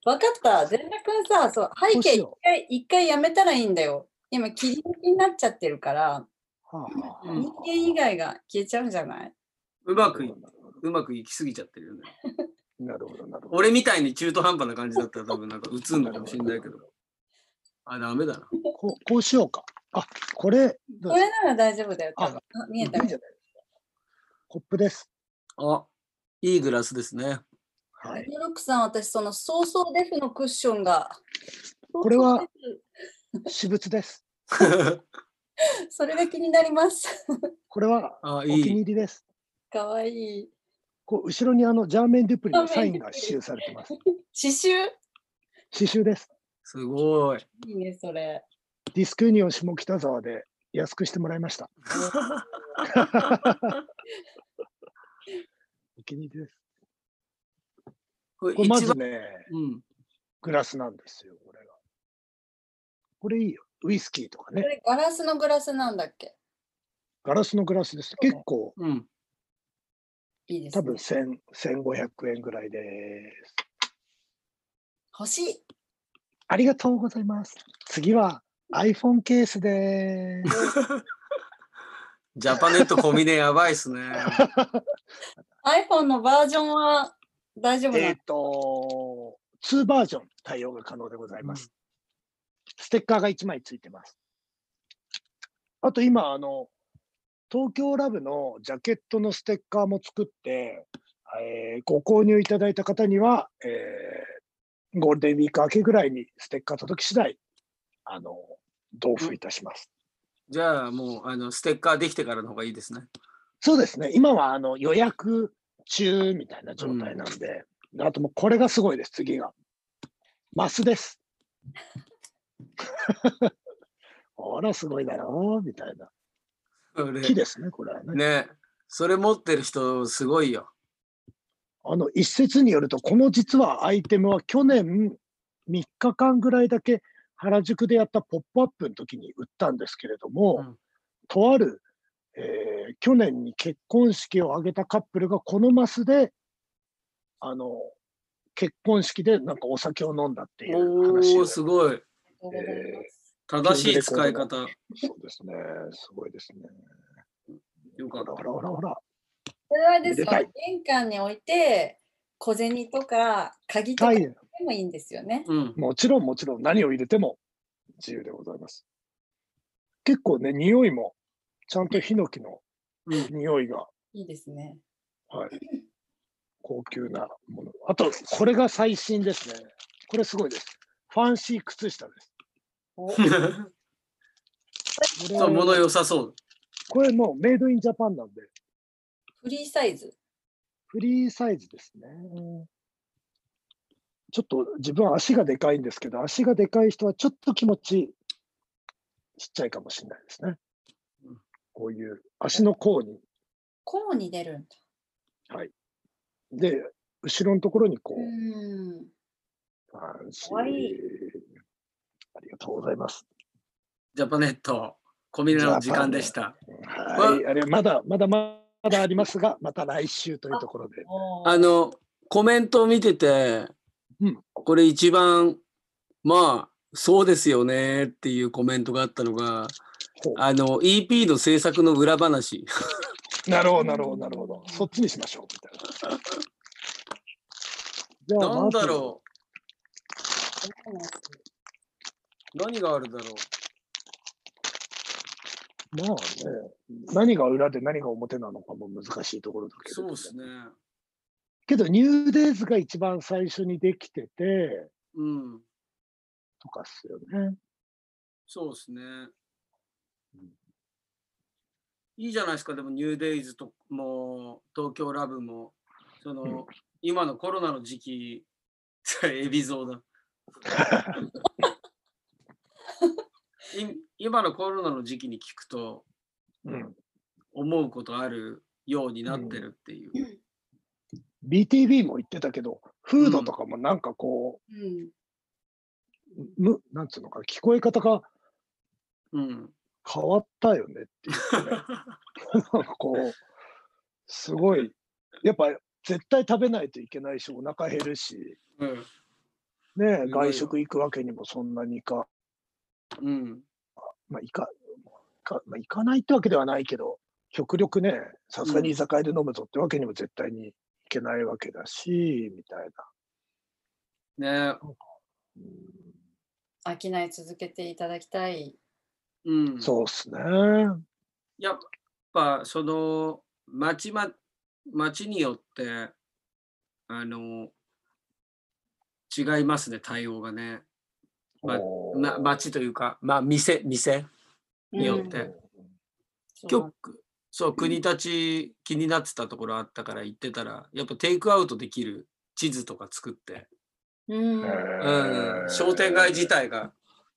A: 分かった。全裸君さ、そう背
B: ど
A: 景
B: うし
A: 一
B: よ
A: 回一回やめたらいいんだよ。今切り抜きになっちゃってるから、
B: はあはあはあ
C: うん
A: 人間以外が消えちゃうんじゃないう
C: まくい、うまくいきすぎちゃってるよね。
B: なるほど、なるほど。
C: 俺みたいに中途半端な感じだったら多分なんか映んのかもしれないけど。あ、ダメだな。
B: こうこうしようか。あ、これ、どう
A: これなら大丈夫だよ。多分あ見
B: いい
A: え
B: んじ
A: た
B: ゃないですか。コップです。
C: あ、いいグラスですね。
B: はい。
A: ヨロックさん、私、そのそうそうデフのクッションが。
B: これは
A: ソーソー
B: 私物です。
A: デフそれが気になります。
B: これは
C: あ、
B: お
C: い
B: 気に
C: い。
B: 入りです。
A: かわいい。
B: こう後ろにあのジャーメン・デュプリの
A: ジャー
B: サ
A: メン
B: インが刺繍されてます。
A: 刺繍
B: 刺繍です。
C: すごい。
A: いいね、それ。
B: ディスクユニオン下北沢で安くしてもらいま した。お気に入りです。
C: これ
B: これま
C: 一
B: ず
C: 番、
B: ね、
C: うん。
B: グラスなんですよ、これが。これいいよ。ウイスキーとか
A: こ
B: ね。
A: れガラスのグラスなんだっけ
B: ガラスのグラスです。結構、
C: うん。
A: いいです、
B: 多
A: ね。
B: 分1000 1500円ぐらいです。
A: 欲しい。
B: ありがとうございます。次は iPhone ケースです。
C: ジャパネットコミネやばいっすね。
A: iPhone のバージョンは大丈夫
B: え
A: な
B: っ、と、2バージョン対応が可能でございます。ステッカーが1枚ついてます。あと今、あの、東京ラブのジャケットのステッカーも作って、えーご購入いただいた方には、えーゴールデンウィーク明けぐらいにステッカー届き次第、あの、同封いたします。
C: じゃあもうあのステッカーできてからの方がいいですね。
B: そうですね、今はあの予約中みたいな状態なんで、あともうこれがすごいです、次が。マスです。ほら、すごいだろうみたいな。
C: それ
B: 木ですね、これはね。
C: ね。それ持ってる人すごいよ。
B: あの一説によると、この実はアイテムは去年3日間ぐらいだけ原宿でやったポップアップの時に売ったんですけれども、
C: うん
B: とある、えー去年に結婚式を挙げたカップルがこのマスで、あの、結婚式でなんかお酒を飲んだっていう
C: お
B: 話を
C: おすごい。
A: ございます。
C: 正しい使い方。
B: そうですね、すごいですね。
C: よ
B: ほ
C: かっ
B: ら
C: た。
B: ほらほらほら。
A: それはあれですか
B: めで
A: 玄関に置いて小銭とか鍵とか
B: は
A: で
B: い、
A: もいいんですよね。
C: うん。
B: もちろんもちろん何を入れても自由でございます。結構ね、匂いもちゃんとヒノキの
C: うん、
B: 匂いが、
A: いいですね。
B: はい、高級なもの。あと、これが最新ですね。これすごいです。ファンシー靴下です。
A: お
B: これ
C: そ
B: は
C: う物良さそう。
B: これもうメイドインジャパンなんで、
A: フリーサイズ。
B: フリーサイズですね。ちょっと自分は足がでかいんですけど、足がでかい人はちょっと気持ちちっちゃいかもしれないですね
C: うん。
B: こういう足の甲に、
A: こうに出るんだ。
B: で、後ろのところにこ
A: う
B: う、
A: ん。
B: ファンシー
A: かわいい
B: ありがとうございます。
C: ジャパネット、コミネの時間でした。
B: はい、あれまだまだまだありますが、また来週というところで。
A: おー
C: あの、コメントを見てて、
B: うん
C: これ一番、まあ、そうですよねっていうコメントがあったのが、
B: ほう
C: あの、EP の制作の裏話。
B: なるほど、なるほど、なるほど。そっちにしましょう、みたいな。じゃあ
C: なんだろ
A: そうなんです
C: う何があるだろう
B: まずまあね、何が裏で何が表なのかも難しいところだけど、
C: そうですね。
B: けど、ニューデイズが一番最初にできてて、
C: うん。
B: とかっすよね。
C: そうですね。いいじゃないですか、でも、ニューデイズとも、東京ラブも、その、
B: うん
C: 今のコロナの時期、 エビゾーだ。い今のコロナの時期に聞くと、
B: うん、
C: 思うことあるようになってるっていう。
B: BTV も言ってたけど、フードとかもなんかこ
A: うん。
B: う、むなんつうのかな、聞こえ方が
C: うん。
B: 変わったよねっていう、ね。なん かこう、すごい、やっぱ絶対食べないといけないし、お腹減るし、
C: うん。
B: ねえ、
C: すごいよ
B: 外食行くわけにもそんなにいか、
C: うん。
B: まあ、いか、かまあ、行かないってわけではないけど、極力ね、さすがに居酒屋で飲むぞってわけにも絶対にいけないわけだし、みたい
C: ね
B: な。
A: 商い続けていただきたい。
C: うん。
B: うん、そうっすね。
C: やっぱその町ま町によってあの違いますね対応がね、ま
B: おー
C: ま、町というかまあ店店によって、
A: そう
C: 今日そう国立ち気になってたところあったから行ってたらやっぱテイクアウトできる地図とか作って、
A: うん。
C: うん
B: うん
C: 商店街自体が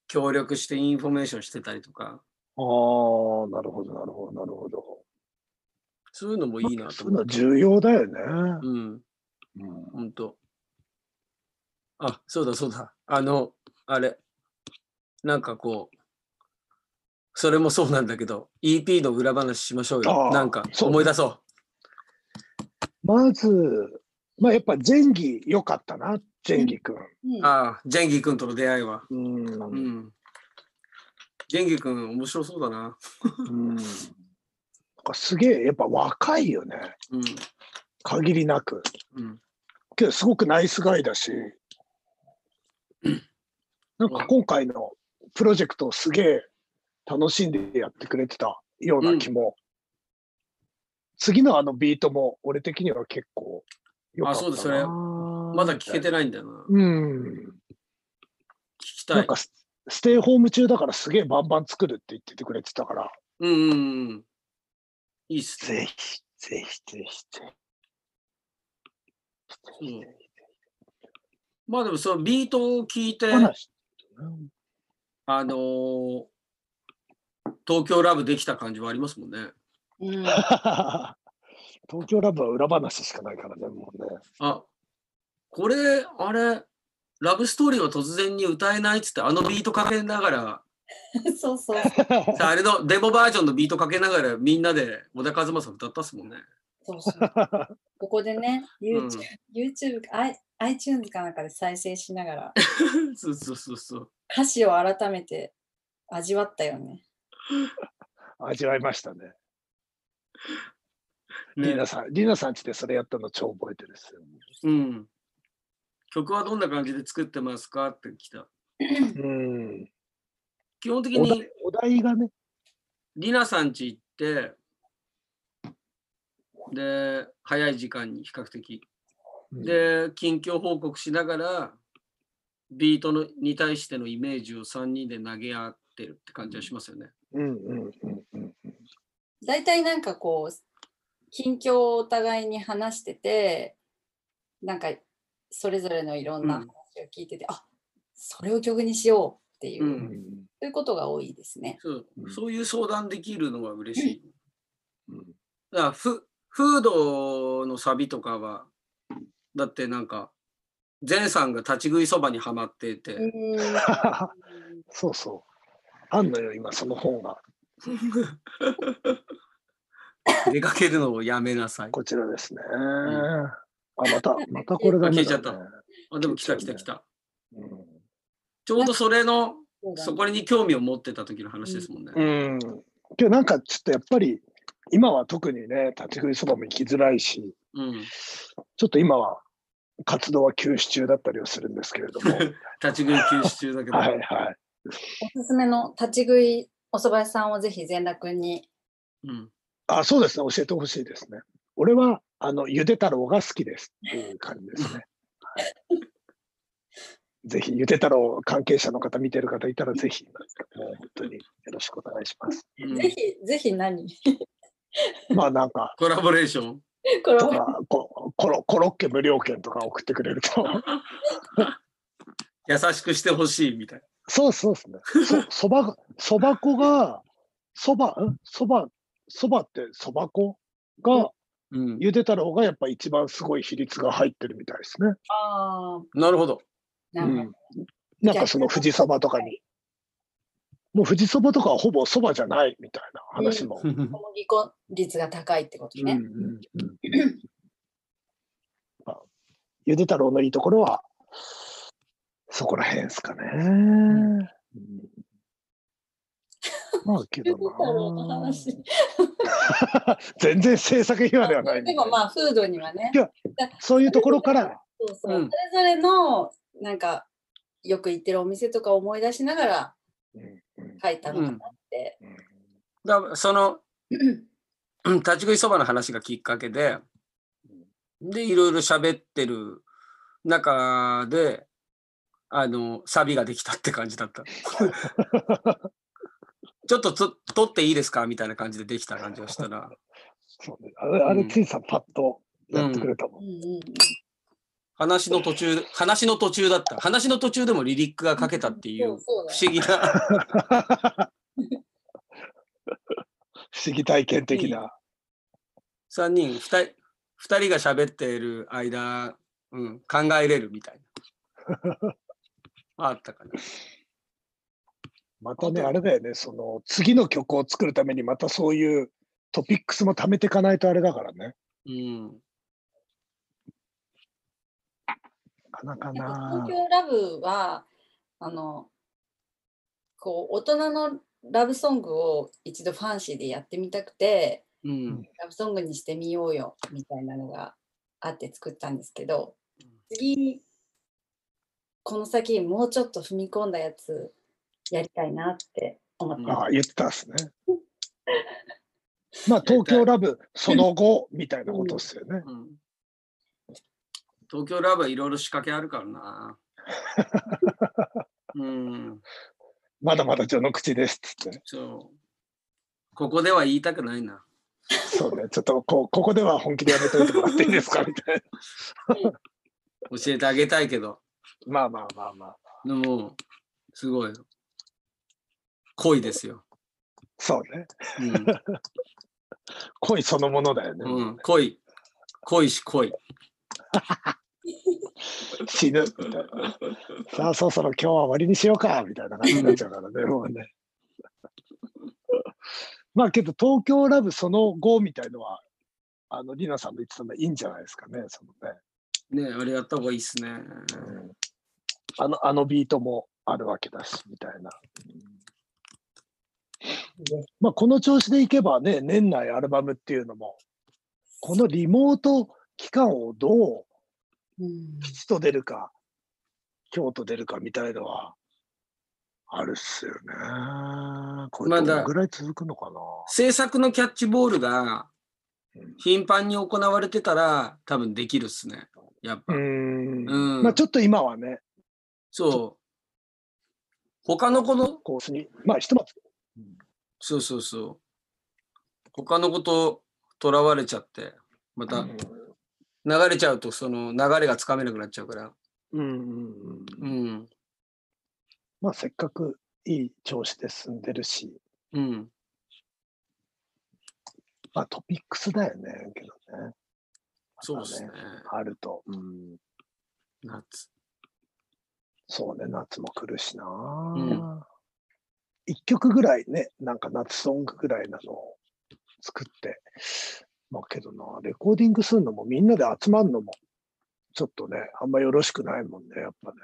C: 協力してインフォメーションしてたりとか
B: ああ、なるほど、なるほど、なるほど。
C: そういうのもいいなと
B: そういうの
C: 思
B: は
C: って。
B: 重要だよね。
C: うん
B: うん
C: ほんと。あ、そうだそうだ。あの、あれ。なんかこう、それもそうなんだけど、EP の裏話しましょう
B: あ
C: よ。
B: あ
C: なんか
B: そう
C: 思い出そ
B: まず、まあ、やっぱジェンギ良かったな、ジェンギ君。
A: う
C: う。
A: ん
C: ああ、ジェンギ君との出会いは。
B: うん
C: う。ん。ジェンギ君、面白そうだな。
B: うんなんかすげえ、やっぱ若いよね、
C: うん。
B: 限りなく。
C: うん。
B: けどすごくナイスガイだし、なんか今回のプロジェクトをすげえ楽しんでやってくれてたような気も、次のあのビートも俺的には結構良かったな
C: あそうですそれまだ聞けてないんだよな。聞
B: うん。
C: きた
B: ないん。かスステイホーム中だからすげえバンバン作るって言っててくれてたから、
C: うんうんうん。いいっすね。
B: ぜひ、ぜひ、ぜ ひ、ぜひ。
C: うんまあでもそのビートを聞いて、
B: 話
C: あのー東京ラブできた感じはありますもんね。
A: うん、
B: 東京ラブは裏話しかないからね、もうね。
C: あ、これ、あれ、ラブストーリーは突然に歌えないっつって、あのビートかけながら、
A: そうそうそう
C: さあれのデモバージョンのビートかけながら、みんなで小田和正歌ったっすもんね。
A: そうそうここでね、
C: うん
A: YouTube, YouTube か I- iTunes かなんかで再生しなが ら
C: そうそうそうそう。
A: 歌詞を改めて味わったよね。
B: 味わいましたね。リー
C: ね
B: ナさん、リーナさんちでそれやったの超覚えてるっすよ。
C: うん。曲はどんな感じで作ってますかって来た。
B: うん。
C: 基本的
B: お題
C: に
B: お題がね。
C: りなさんち行って、で、早い時間に比較的。
B: うん、
C: で、近況報告しながら、ビートのに対してのイメージを3人で投げ合ってるって感じはしますよね。
B: うんうんうんうん。
A: 大体なんかこう、近況をお互いに話してて、なんかそれぞれのいろんな
C: うん
A: 話を聞いてて、あそれを曲にしようっていう、
C: う
B: うんん
A: そういうことが多いですね。
C: そう
B: うん
C: そういう相談できるのは嬉しい。
B: うん
C: だからフフードのサビとかはだってなんか善さんが立ち食いそばにはまっていて、
A: うん
B: そうそう。あんのよ、今その本が。
C: 出かけるのをやめなさい。
B: こちらですね。あ、ま た、またこれが
C: あ消
B: ね
C: えちゃったあでも来た来た来た。
B: うん
C: ちょうどそれの
A: そうだね
C: そこに興味を持ってた時の話ですもんね。
B: うん。けどなんかちょっとやっぱり、今は特にね、立ち食いそばも行きづらいし、
C: うん、
B: ちょっと今は活動は休止中だったりはするんですけれど も、
C: 立ち食い休止中だけど。
B: はいはい。
A: おすすめの立ち食いお蕎麦屋さんをぜひ善田君に。
C: うん、
B: あ、そうですね、教えてほしいですね。俺は、あの、ゆで太郎が好きですっていう感じですね。はいぜひ、ゆで太郎関係者の方、見てる方いたら、ぜひ、もう本当によろしくお願いします。
C: うん
A: ぜひ、ぜひ何
B: まあ、なんか、
C: コラボレーション。
A: これ
B: と
A: は
B: かココロコロッケ無料券とか送ってくれると
C: 優しくしてほしいみたいな。
B: そうそうですねそそばそば粉がそばんそばそばってそば粉が
C: うん、
B: 茹でたろうがやっぱ一番すごい比率が入ってるみたいですね、
A: ああ、
C: なるほど。
A: な
B: う
A: るほど。
B: ん、なんかその富士そばとかにもう富士そばとかはほぼそばじゃないみたいな話も、
A: 小麦粉率が高いってこと
B: うん
A: ね。
B: うんうんまあゆで太郎のいいところは、そこら辺ですかね。うんまあけ
A: ゆ
B: ど
A: で太郎の
B: な。
A: 話
B: 全然制作秘話ではない。
A: でもまあ、フードにはね
B: い、やそういうところ から、
A: そうそう
C: うん
A: それぞれのなんかよく行ってるお店とか思い出しながら書いたの
C: う
A: か
C: ん
A: なって。
C: だからそのうん立ち食いそばの話がきっかけででいろいろ喋ってる中であのサビができたって感じだったちょっとと撮っていいですかみたいな感じでできた感じがしたら
B: そうねあれ、あ
C: う
B: れ
C: ん
B: ついさんパッとやってくれたも。
A: うんんうんうん
C: 話の途中話の途中だった話の途中でもリリックが書けたってい
A: そうう
C: 不
A: そうだよ
C: 思議な
B: 不思議体験的な。
C: 3人 2, 人二人が喋っている間、うん、考えれるみたい なあったかな
B: またね、あれだよね、その次の曲を作るためにまたそういうトピックスも貯めていかないとあれだからね。
C: うん
B: なかなか
A: なんか
B: な
A: 東。京ラブはあのこう大人のラブソングを一度ファンシーでやってみたくて
C: うん
A: ラブソングにしてみようよみたいなのがあって作ったんですけど
C: うん
A: 次、この先もうちょっと踏み込んだやつやりたいなって思って
B: あ
A: ま
B: あ、言ってたん ですね。まあ、東京ラブ、その後、みたいなことですよね。
C: うん東京ラブはいろいろ仕掛けあるから な。うん、
B: まだまだ序の口ですっつってね。
C: そう。ここでは言いたくないな。
B: そうね、ちょっとこうここでは本気でやめといてもらっていいですかみたいな。
C: 教えてあげたいけど。
B: まあまあまあまあ。
C: でも、すごい。恋ですよ。
B: そうね。
C: うん
B: 恋そのものだよね。
C: うん、恋。恋し恋。
B: 死ぬみたいな。さあ、そろそろ今日は終わりにしようかみたいな感じになっちゃうからね、もうね。 まあけど、東京ラブその後みたいのは、あの、りなさんの言ってたのいいんじゃないですかね、そのね。
C: ねあれやった方がいいっすね。
B: あの、あのビートもあるわけだし、みたいな。まあ、この調子でいけばね、年内アルバムっていうのも、このリモート期間をどう
A: す。うん
B: 吉と出るか、京都出るかみたいのは、あるっすよね。これ
C: ま
B: ど
C: だ
B: のぐらい続くのかな、
C: 制作のキャッチボールが頻繁に行われてたら多分できるっすね。やっぱ。
B: うー。
C: うんん。
B: まあちょっと今はね、
C: そう。他の子の、
B: コースに、まあひとまず、
C: そうそうそう。他のこととらわれちゃって、また流れちゃうとその流れがつかめなくなっちゃうから。
B: うんうんう、
C: うんん。
B: まあせっかくいい調子で進んでるし、
C: うん。
B: まあトピックスだよね、けどね。
C: そうっすね。
B: あると。うん
C: 夏。
B: そうね、夏も来るしな。
C: ん
B: 一曲ぐらいね、なんか夏ソングぐらいなのを作って、まあけどな、レコーディングするのもみんなで集まるのも、ちょっとね、あんまよろしくないもんね、やっぱね。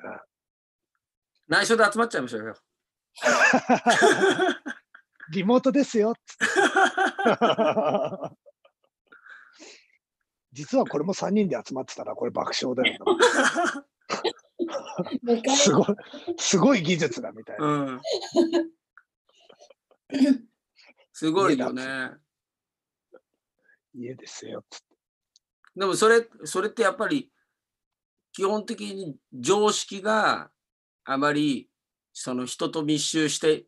C: 内緒で集まっちゃいましょう よ。
B: リモートですよっつって。 実はこれも3人で集まってたら、これ爆笑だよ
A: もう一
B: な。
A: 回
B: すごい、すごい技術だみたいな。
C: うん。すごいよね。
B: 家ですよっつって。
C: でもそれ、それってやっぱり、基本的に常識があまり、その人と密集して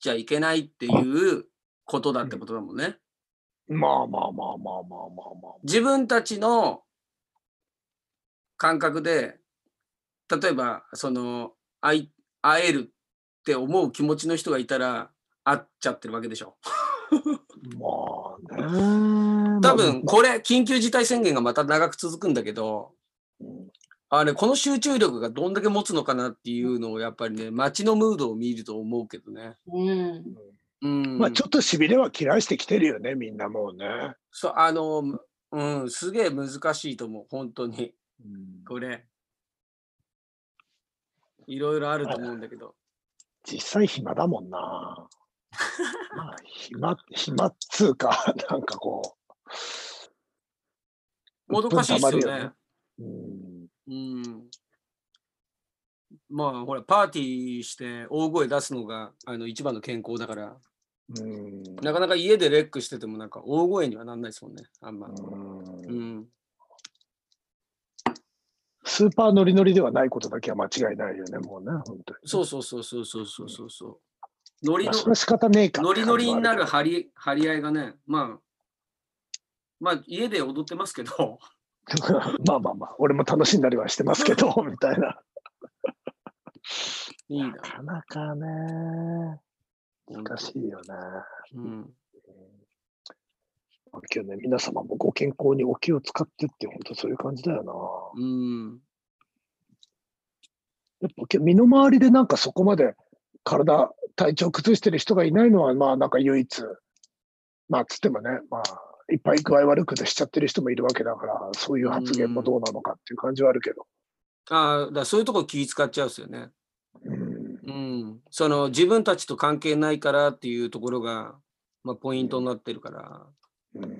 C: ちゃいけないっていうことだってことだもんね。
B: まあまあまあまあまあまあまあ。
C: 自分たちの感覚で、例えば、その、会い会えるって思う気持ちの人がいたら、会っちゃってるわけでしょ。
B: まあね。
C: 多分これ緊急事態宣言がまた長く続くんだけど
B: うん
C: あれこの集中力がどんだけ持つのかなっていうのをやっぱりね街のムードを見ると思うけどね。
A: うん。
C: うん、
B: まあちょっとしびれは切らしてきてるよね、みんなもうね。
C: そうあのうんすげえ難しいと思う本当にこれいろいろあると思うんだけど
B: 実際暇だもん な。まあ暇、暇っつうか、 なんかこう。
C: もどかしいっす
B: 鬱憤
C: よ
B: 溜まる
C: ね。
B: うん
C: うんまあほらパーティーして大声出すのがあの一番の健康だから
B: うん
C: なかなか家でレックしててもなんか大声にはなんないですもんねあんま。
B: う
C: うんん、
B: スーパーノリノリではないことだけは間違いないよね、もうね、本当に。
C: そうそうそうそうそうそうそうそう。ノリ
B: まあ
C: の
B: それは仕方ねえか
C: ノリノリになる
B: は
C: 張り張り合いがね、まあ、まあ家で踊ってますけど、
B: まあまあまあ、俺も楽しんだりはしてますけど、みたいな。
C: いいな
B: な。かなかね、
C: 本当
B: 難しいよね。
C: うん、
B: 今日ね、皆様もご健康にお気を使ってって、本当そういう感じだよな。
C: うん、
B: やっぱ今日身の回りでなんかそこまで体、体調崩してる人がいないのは、まあなんか唯一、まあつってもね、まあいっぱい具合悪くしちゃってる人もいるわけだから、そういう発言もどうなのかっていう感じはあるけど。
C: ああ、だからそういうとこ気使っちゃうんですよね。
B: うん
C: うん、その自分たちと関係ないからっていうところが、まあ、ポイントになってるから、
B: うん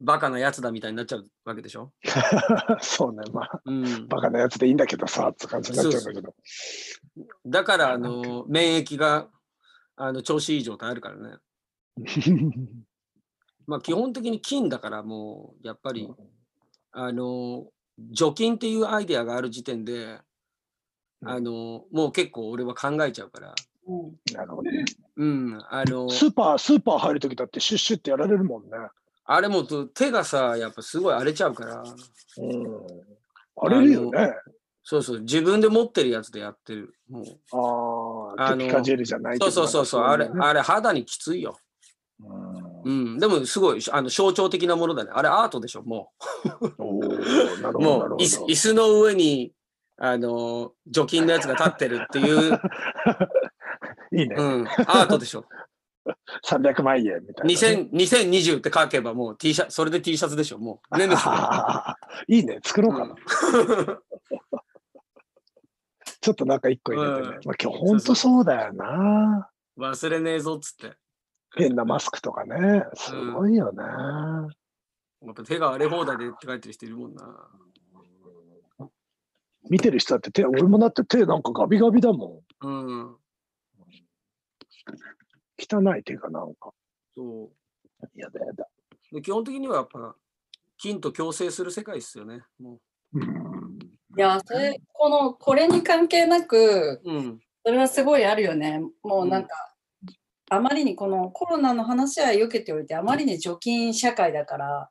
C: バカなやつだみたいになっちゃうわけでしょ。
B: そうね、まあ、
C: うん、
B: バカなやつでいいんだけどさ、って感じになっちゃうんだけど。
C: だから、あの、免疫が、あの、調子いい状態あるからね。まあ、基本的に菌だから、もう、やっぱり、あの、除菌っていうアイデアがある時点で、
B: うん
C: あの、もう結構俺は考えちゃうから、
A: うん、
B: なるほどね
C: うん、あの、
B: スーパー、スーパー入るときだってシュッシュってやられるもんね。
C: あれもと手がさ、やっぱすごい荒れちゃうから、
B: うん。荒れるよね。
C: そうそう、自分で持ってるやつでやってる。もう
B: あ
C: あ
B: あ、
C: の
B: ピカジェルじゃないけ
C: そ
B: ど
C: うそうそうそう、あれ、
B: なんか
C: あれ肌にきついよ。
B: そういうねうん
C: うん、でもすごい、あの象徴的なものだね。あれアートでしょ、も
B: おーなるほ
C: う。
B: ど、
C: も
B: なる
C: う
B: ほ
C: 椅子
B: ど
C: 椅。子の上に、あの、除菌のやつが立ってるって いう、
B: いいね
C: う。ん、アートでしょ。
B: 300万円みたいなね。
C: 2000 2020って書けばもう T シャツ、それで T シャツでしょ、も う。ねねす
B: いいね、作ろう
C: る
B: かな。
C: うん
B: ちょっとなんか一個入れてね
C: うん。
B: まあ、今日本当そうだよな。
C: 忘れねえぞっつって。
B: 変なマスクとかね。すごいよな。
C: やっぱ手が荒れ放題でって書いてる人いるもんな。
B: 見てる人だって手、俺もだって手なんかガビガビだもん。
C: うん、
B: 汚い手がなんか。
C: そう。
B: やだやだ。
C: で基本的にはやっぱ金と共生する世界ですよね。も
B: うん
A: いやそれこのこれに関係なく
C: ううん、
A: それはすごいあるよねもうなんか、あまりにこのコロナの話は避けておいてあまりに除菌社会だから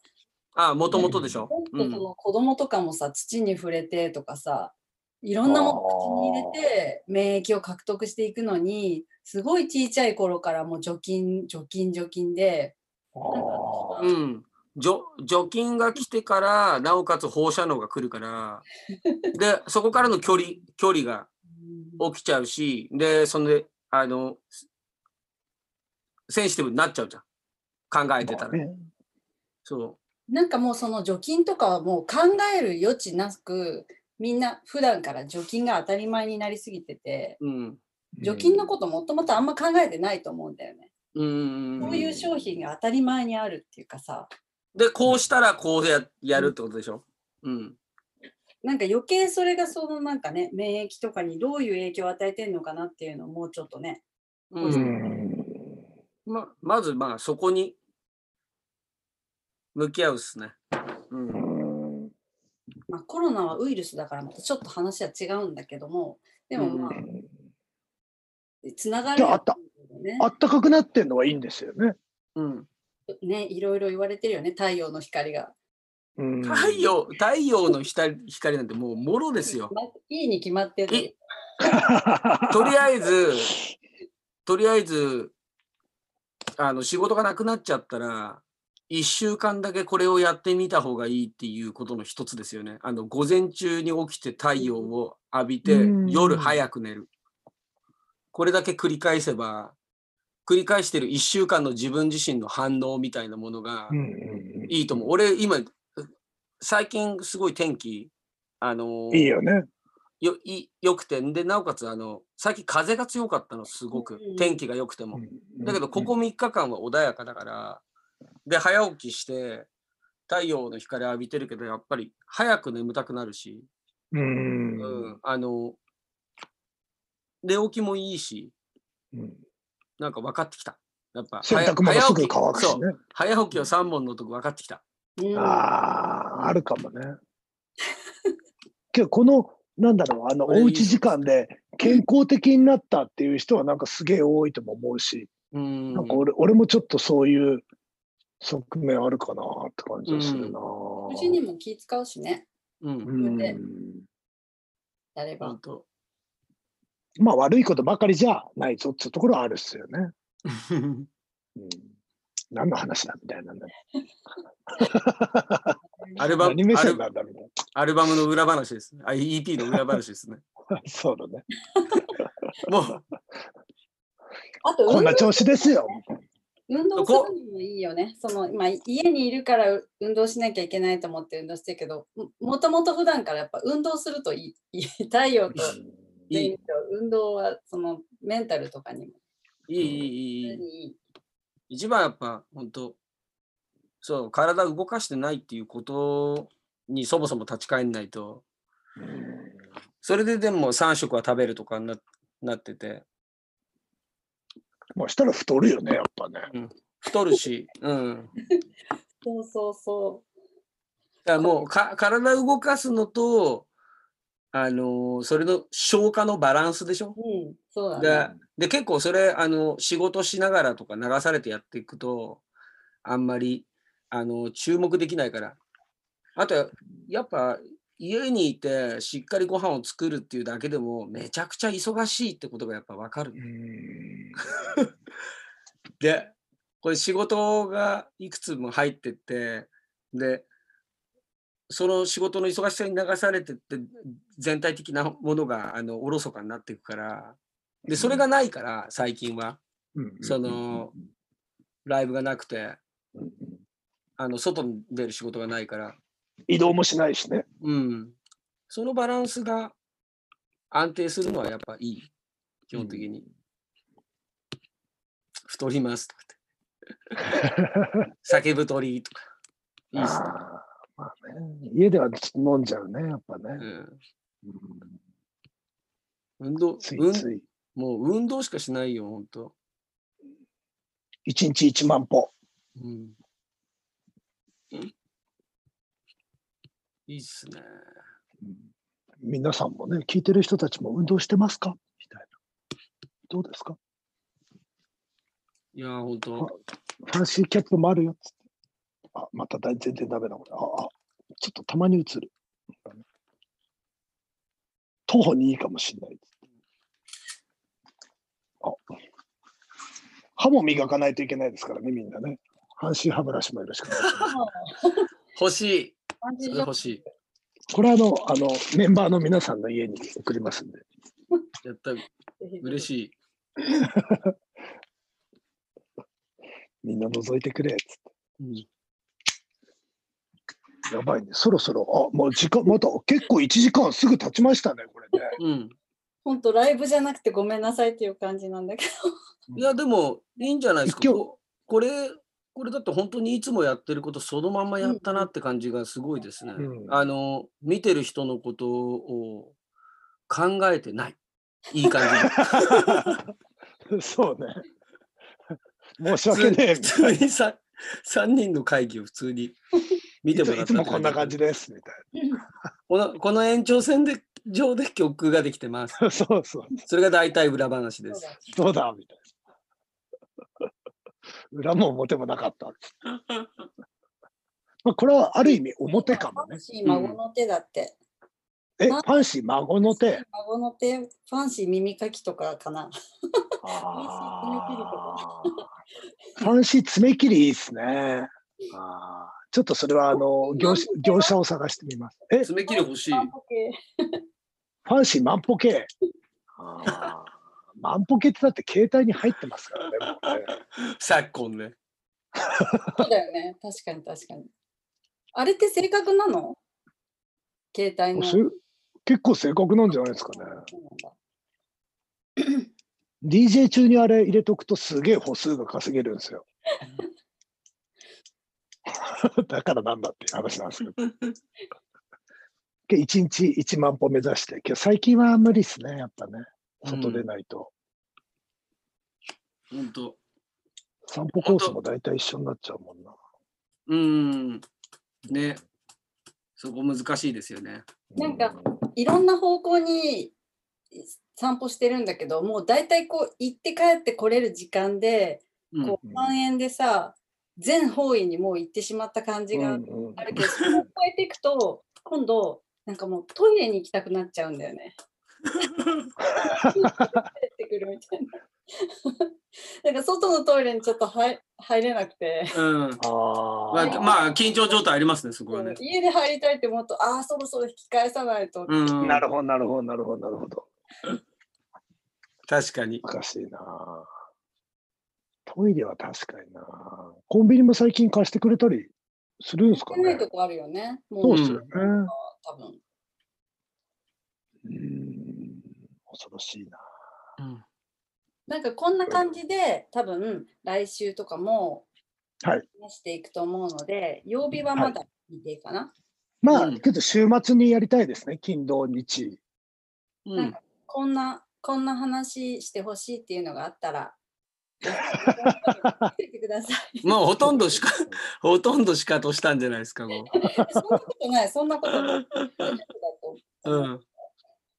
C: あもともとでしょ。
A: 本当
C: う
A: そ
C: ん、
A: の子供とかもさ土に触れてとかさいろんなものを口に入れて免疫を獲得していくのにすごい小さい頃からもう除菌除菌除菌で
B: あ
C: う
B: ー
C: ん除除菌が来てからなおかつ放射能が来るからでそこからの距離距離が起きちゃうしでそんであのセンシティブになっちゃうじゃん考えてた
B: まあ
C: ら、
B: ね
C: そ
A: なんかもうその除菌とかはもう考える余地なくみんな普段から除菌が当たり前になりすぎてて
C: ううん
A: 除菌のこともともとあんま考えてないと思うんだよね。
C: うん
A: こういう商品が当たり前にあるっていうかさ
C: でこうしたらこうややるってことでしょ、うん、
A: なんか余計それがそのなんかね免疫とかにどういう影響を与えてるのかなっていうのをもうちょっとね
C: う
B: うんん
C: ままずまあそこに向き合うっすね。うん。
B: うん
A: まあ、コロナはウイルスだからまたちょっと話は違うんだけどもでもまあつながる
B: じゃああった
A: ね
B: あったかくなってんのはいいんですよね。
C: うん、
A: ねいろいろ言われてるよね太陽の光が。
B: うん
C: 太 陽太陽の光光なんてもうもろですよ。
A: まあいいに決まってる
C: い。とりあえずとりあえずあの仕事がなくなっちゃったら1週間だけこれをやってみた方がいいっていうことの一つですよね。あの午前中に起きて太陽を浴びて
B: うん
C: 夜早く寝る。これだけ繰り返せば繰り返してる1週間の自分自身の反応みたいなものが
B: うんうん
C: いいと思う。俺今最近すごい天気あの
B: うんいいよね。
C: よい良くてでなおかつあの最近風が強かったのすごく
A: うん
C: 天気が良くてもだけどここ3日間は穏やかだからで早起きして太陽の光浴びてるけどやっぱり早く眠たくなるし、
B: う。
C: うんん、あの寝起きもいいし
B: うん
C: なんか分かってきたやっぱ
B: 洗濯物
C: 早
B: す
C: 起
B: ぐ
C: き
B: 乾くし
C: そう
B: ね。
C: 早起きは3本のとこ分かってきた
A: うん
B: ああ、あるかもね。けど、この、なんだろう、あの、
C: これいい
B: おうち時間で健康的になったっていう人は、なんかすげえ多いとも思うし、
C: うん
B: なんか俺俺もちょっとそういう側面あるかなって感じがするな。
A: うちにも気使うしね
C: うん
B: うん
A: でやれば
C: 本。 当
B: まあ、悪いことばかりじゃないぞっていうところはあるっすよね。うん、何の話だみたいなね。
C: アルバム
B: 何目
C: ア
B: 線
C: ル
B: なんだみたい
C: アルバムの裏話ですねあ EP の裏話ですね
B: な。 そうだね。
C: も
A: あと
B: こん
A: 運
B: な調子ですよ。
A: 運動す
C: こ
A: るのもいいよね。その今家にいるから運動しなきゃいけないと思って運動してるけどももともと普段からやっぱ運動するといいいい太陽と
C: ういい
A: 電気と運動はそのメンタルとかにも
C: いいいいいいいい
A: いい
C: 一番やっぱ本当そう、体動かしてないっていうことにそもそも立ち返んないと、それででも3食は食べるとかにななってて、
B: まあしたら太るよね、やっぱね。
C: 太るし、うん。
A: そうそうそ
C: だからもうか体動かすのと、あのーそれの消化のバランスでしょ
A: う。うん、そうだね。
C: でで結構それあの仕事しながらとか流されてやっていくとあんまりあの注目できないからあとやっぱ家にいてしっかりご飯を作るっていうだけでもめちゃくちゃ忙しいってことがやっぱ分かる
B: う。ん
C: でこれ仕事がいくつも入ってってでその仕事の忙しさに流されてって全体的なものがあのおろそかになっていくからでそれがないから最近は。
B: うん
C: そのライブがなくて、あの外に出る仕事がないから、
B: 移動もしないしね。
C: うん、そのバランスが安定するのはやっぱいい、基本的に。太りますとか って、叫ぶ鳥とか、いいっすね。
B: あーまあね、家ではちょっと飲んじゃうね、やっぱ
C: う
B: ね。
C: ん
B: うん
C: 運動
B: つ
C: う
B: い
C: ん
B: つい。
C: もう運動しかしないよ、本当。
B: 一日一万歩。
C: うん、いいっすね。
B: 皆さんもね、聞いてる人たちも運動してますかみたいな。どうですか
C: いやー、本
B: あ
C: 当。
B: ファンシーキャップもあるよっつって。あ、まただ全然ダメだ、これ。ああ、ちょっとたまに映る。徒歩にいいかもしれないっつって。あ歯も磨かないといけないですからね、みんなね。半身歯ブラシもよろしくお願いします。
C: 欲しい。
A: 感じ
C: そ
A: で
C: れ欲しい。
B: これはあの、あの、メンバーの皆さんの家に送りますんで。
C: やった、嬉
A: い。
C: しい。
B: みんな覗いてくれっつっ
C: うん
B: て。やばいね。そろそろ、あ、もう時間、また結構1時間すぐ経ちましたね、これね。
C: うん。
A: 本当ライブじゃなくてごめんなさいっていう感じなんだけど。
C: いや、でも、いいんじゃないですか。
B: 今日
C: ここれ、これだって本当にいつもやってることそのまんまやったなって感じがすごいですね。
B: うん
C: あの、見てる人のことを考えてない。いい感
B: そうね。申し
C: じ。
B: 訳
C: 普
B: ね
C: 通
B: えみたいな。
C: に普通にさ三人の会議を普通に見てもらった
B: いつもこんな感じ
C: で。
B: ですみたい
C: このこの延長線で 上で曲ができてます。
B: な。 そうそう、
C: それが大体裏話で
A: そう
C: す。
A: だ
B: どうだみたいな。 裏も表もなかった。まあ、これはある意味表かも
A: ファ
B: ね
A: ン。シー孫の手だって。
B: え、ファンシー孫の手。
A: 孫の手、ファンシー耳かきとかかな。
B: あーファンシー爪切りいいっすね。あーちょっとそれはあの業者業者を探してみます。え、フ
C: 爪切り欲しい。
B: ァンシー万歩計。あー万歩計ってだって携帯に入ってますからね。もうね
C: 昨今ね。
A: そうだよね。確かに確かに。あれって正確なの携帯の。
B: それ結構正確なんじゃないですかね。
A: そうなんだ
B: DJ 中にあれ入れとくとすげえ歩数が稼げるんですよ。 だからなんだっていう話なんですけど。で一日1万歩目指して、けど最近は無理ですね、やっぱね。外出ないと。
C: 本当。
B: 散歩コースも大体一緒になっちゃうもんな。
C: うん。ね。そこ難しいですよね。
A: なんかいろんな方向に散歩してるんだけど、もう大体こう行って帰ってこれる時間で、
C: うん
A: こう
B: うん
A: 半円でさ、全方位にもう行ってしまった感じが
B: うんうん
A: あるけど、それを超えていくと、今度、なんかもうトイレに行きたくなっちゃうんだよ ね。帰ってくるみたいな。 なんか外のトイレにちょっと入入れなくて、
C: うん。ま
B: あ
C: あ、
B: ー
C: まあ、緊張状態ありますね、そこはね。
A: 家で入りたいって思うと、ああ、そろそろ引き返さないと。
C: うん。
B: なるほど、なるほど、なるほど、なるほど。
C: 確かに
B: お。かしいなぁトイレは確かになぁコンビニも最近貸してくれたりするんです
A: 行
B: か
A: けない
B: ね
A: とこあるよね。も
B: そう
A: う
B: ですよね。
A: 多分。
B: うん恐ろしいな
C: うん
A: なんかこんな感じで多分来週とかも
B: はい
A: 話していくと思うので、曜日はまだ見ていいかな。
B: ま
C: う
B: あ、
C: ん
B: けど週末にやりたいですね、金土日。
C: う
A: なん
C: ん
A: か。こんな、こんな話してほしいっていうのがあった ら、来てください。
C: まあ、ほとんどしか、 ほとんどしかとしたんじゃないですか、も
A: そんなことない、そんなことない。
C: う。うん。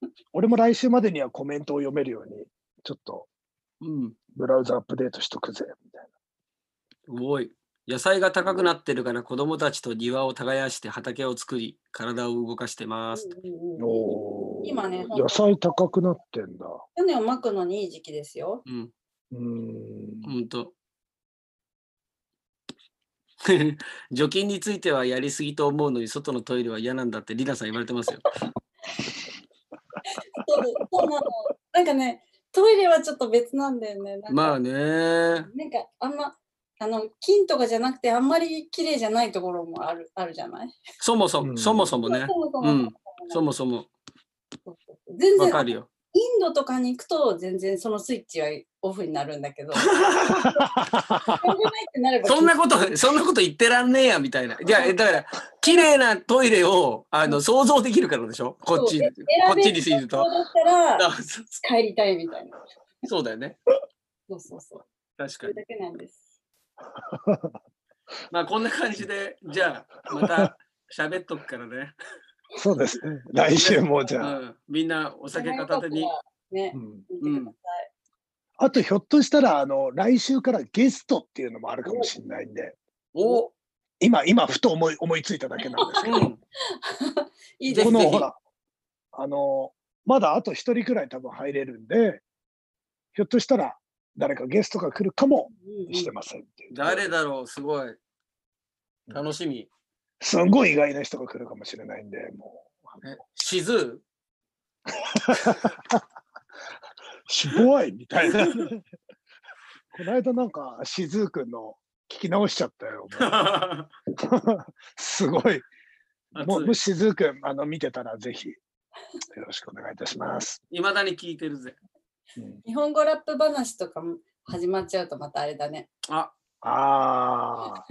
B: 俺も来週までにはコメントを読めるように、ちょっと
C: うん。
B: ブラウザアップデートしとくぜ、みたい
C: すごい。野菜が高くなってるから子供たちと庭を耕して畑を作り体を動かしてます。
A: うんうん
B: な。
A: うん
B: おー
A: 今ね
B: 野菜高くなってんだ。
A: 種をまくのにいい時期ですよ。
C: うん、
B: うーん。
C: ほんと。 除菌についてはやりすぎと思うのに外のトイレは嫌なんだってリナさん言われてます よ。
A: そうそうなの。なんかね、トイレはちょっと別なんだよね。なんか
C: まあね。
A: なんかあんま、あの、金とかじゃなくて、あんまり綺麗じゃないところもあるあるじゃない
C: そもそうも、
B: ん
C: そもそもね
A: そ。もそも
C: うん。そもそも。
A: 全
C: わ
A: 然、
C: かるよ。
A: インドとかに行くと、全然そのスイッチはオフになるんだ けど、しょうがないってなれば
C: そんなこと、そんなこと言ってらんねえやみたいな。じゃあ、だから、綺麗なトイレを、あの、想像できるからでしょこっち、
A: そ
C: こ
A: う選
C: っ
A: べ
C: ち
A: る
C: にすると
A: そう。だったら、
C: あそ
A: 帰りたいみたいな。
C: そうだよね。
A: そうそうそう。
C: 確
A: そ
C: か
A: れ
C: に。
A: だけなんです。
C: まあ、こんな感じで、じゃあ、また喋っとくからね。
B: そうですね。来週もじ
C: う
B: ゃあ。
C: ん、みんなお酒片手に
A: よ。かったらね
B: う、ん
A: 見
C: う
A: てく
C: ん
A: ださい。
B: あと、ひょっとしたら、あの、来週からゲストっていうのもあるかもしれないんで、
C: お、
B: 今、今、ふと思い、思いついただけなんですけ
C: う
B: ど、
C: ん、
A: いい
C: ぜ
A: で
B: こ
C: ひ
A: す
B: の、
C: ぜひ
B: ほら、あの、まだあと一人くらい多分入れるんで、ひょっとしたら、誰かゲストが来るかもしてませんっていう
C: 誰だろう、すごい。楽しみ。
B: すんごい意外な人が来るかもしれないんで、もう、
C: えしず、
B: しぼいみたい な。この間なんか、しずくんの聞き直しちゃった よ。もうすごい。もう、もししずくん、あの、見てたら、ぜひ、よろしくお願いいたします。
C: いまだに聞いてるぜ。
B: うん
A: 日本語ラップ話とかも始まっちゃうとまたあれだね。
C: あ、
B: ああ。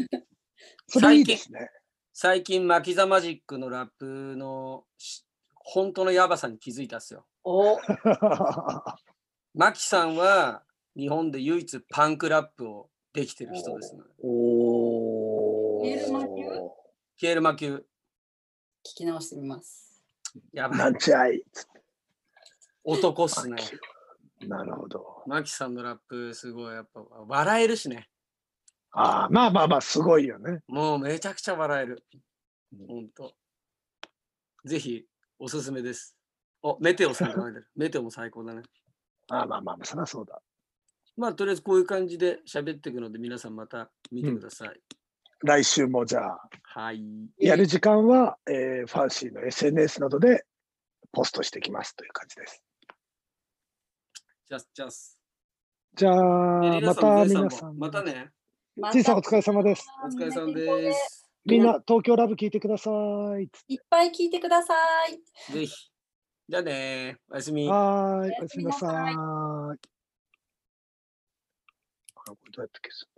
B: それいいですね。
C: 最近、マキザマジックのラップのし本当のやばさに気づいたっすよ。
A: お
C: マキさんは日本で唯一パンクラップをできてる人です、ね。
B: お
A: メール魔球
B: ー。
C: ケールマ級。
A: 聞き直してみます。
C: やば。
B: ないんちゃい。
C: 男っすね。
B: なるほど。
C: マキさんのラップ、すごい。やっぱ、笑えるしね。
B: ああ、まあまあまあ、すごいよね。
C: もうめちゃくちゃ笑える。ほんと。ぜひ、おすすめです。あ、メテオさんが書い てる。メテオも最高だね。
B: ああまあまあ、そりゃそうだ。
C: まあ、とりあえずこういう感じで喋っていくので、皆さんまた見てください。
B: 来週もじゃあ、
C: はい。
B: やる時間は、えーファンシーの SNS などでポストしてきますという感じです。
C: ジャスジャス。
B: じゃあ、
C: えリナ
B: また
C: さんもゼイ
B: 皆
C: さんも
B: さん。
C: また。ね。
A: ま
B: じいさんお疲れ様です。
C: お疲れさんです。
B: みんな、東京ラブ聞いてくださ
A: いっぱい聞いてください。
C: ぜひ。じゃあねおやす
B: い。
C: み。
B: はーい、お
A: お
B: やす
A: やす
B: み
A: み
B: な
A: な
B: さ
A: さ
B: い。
A: い
B: あこれどうやって消す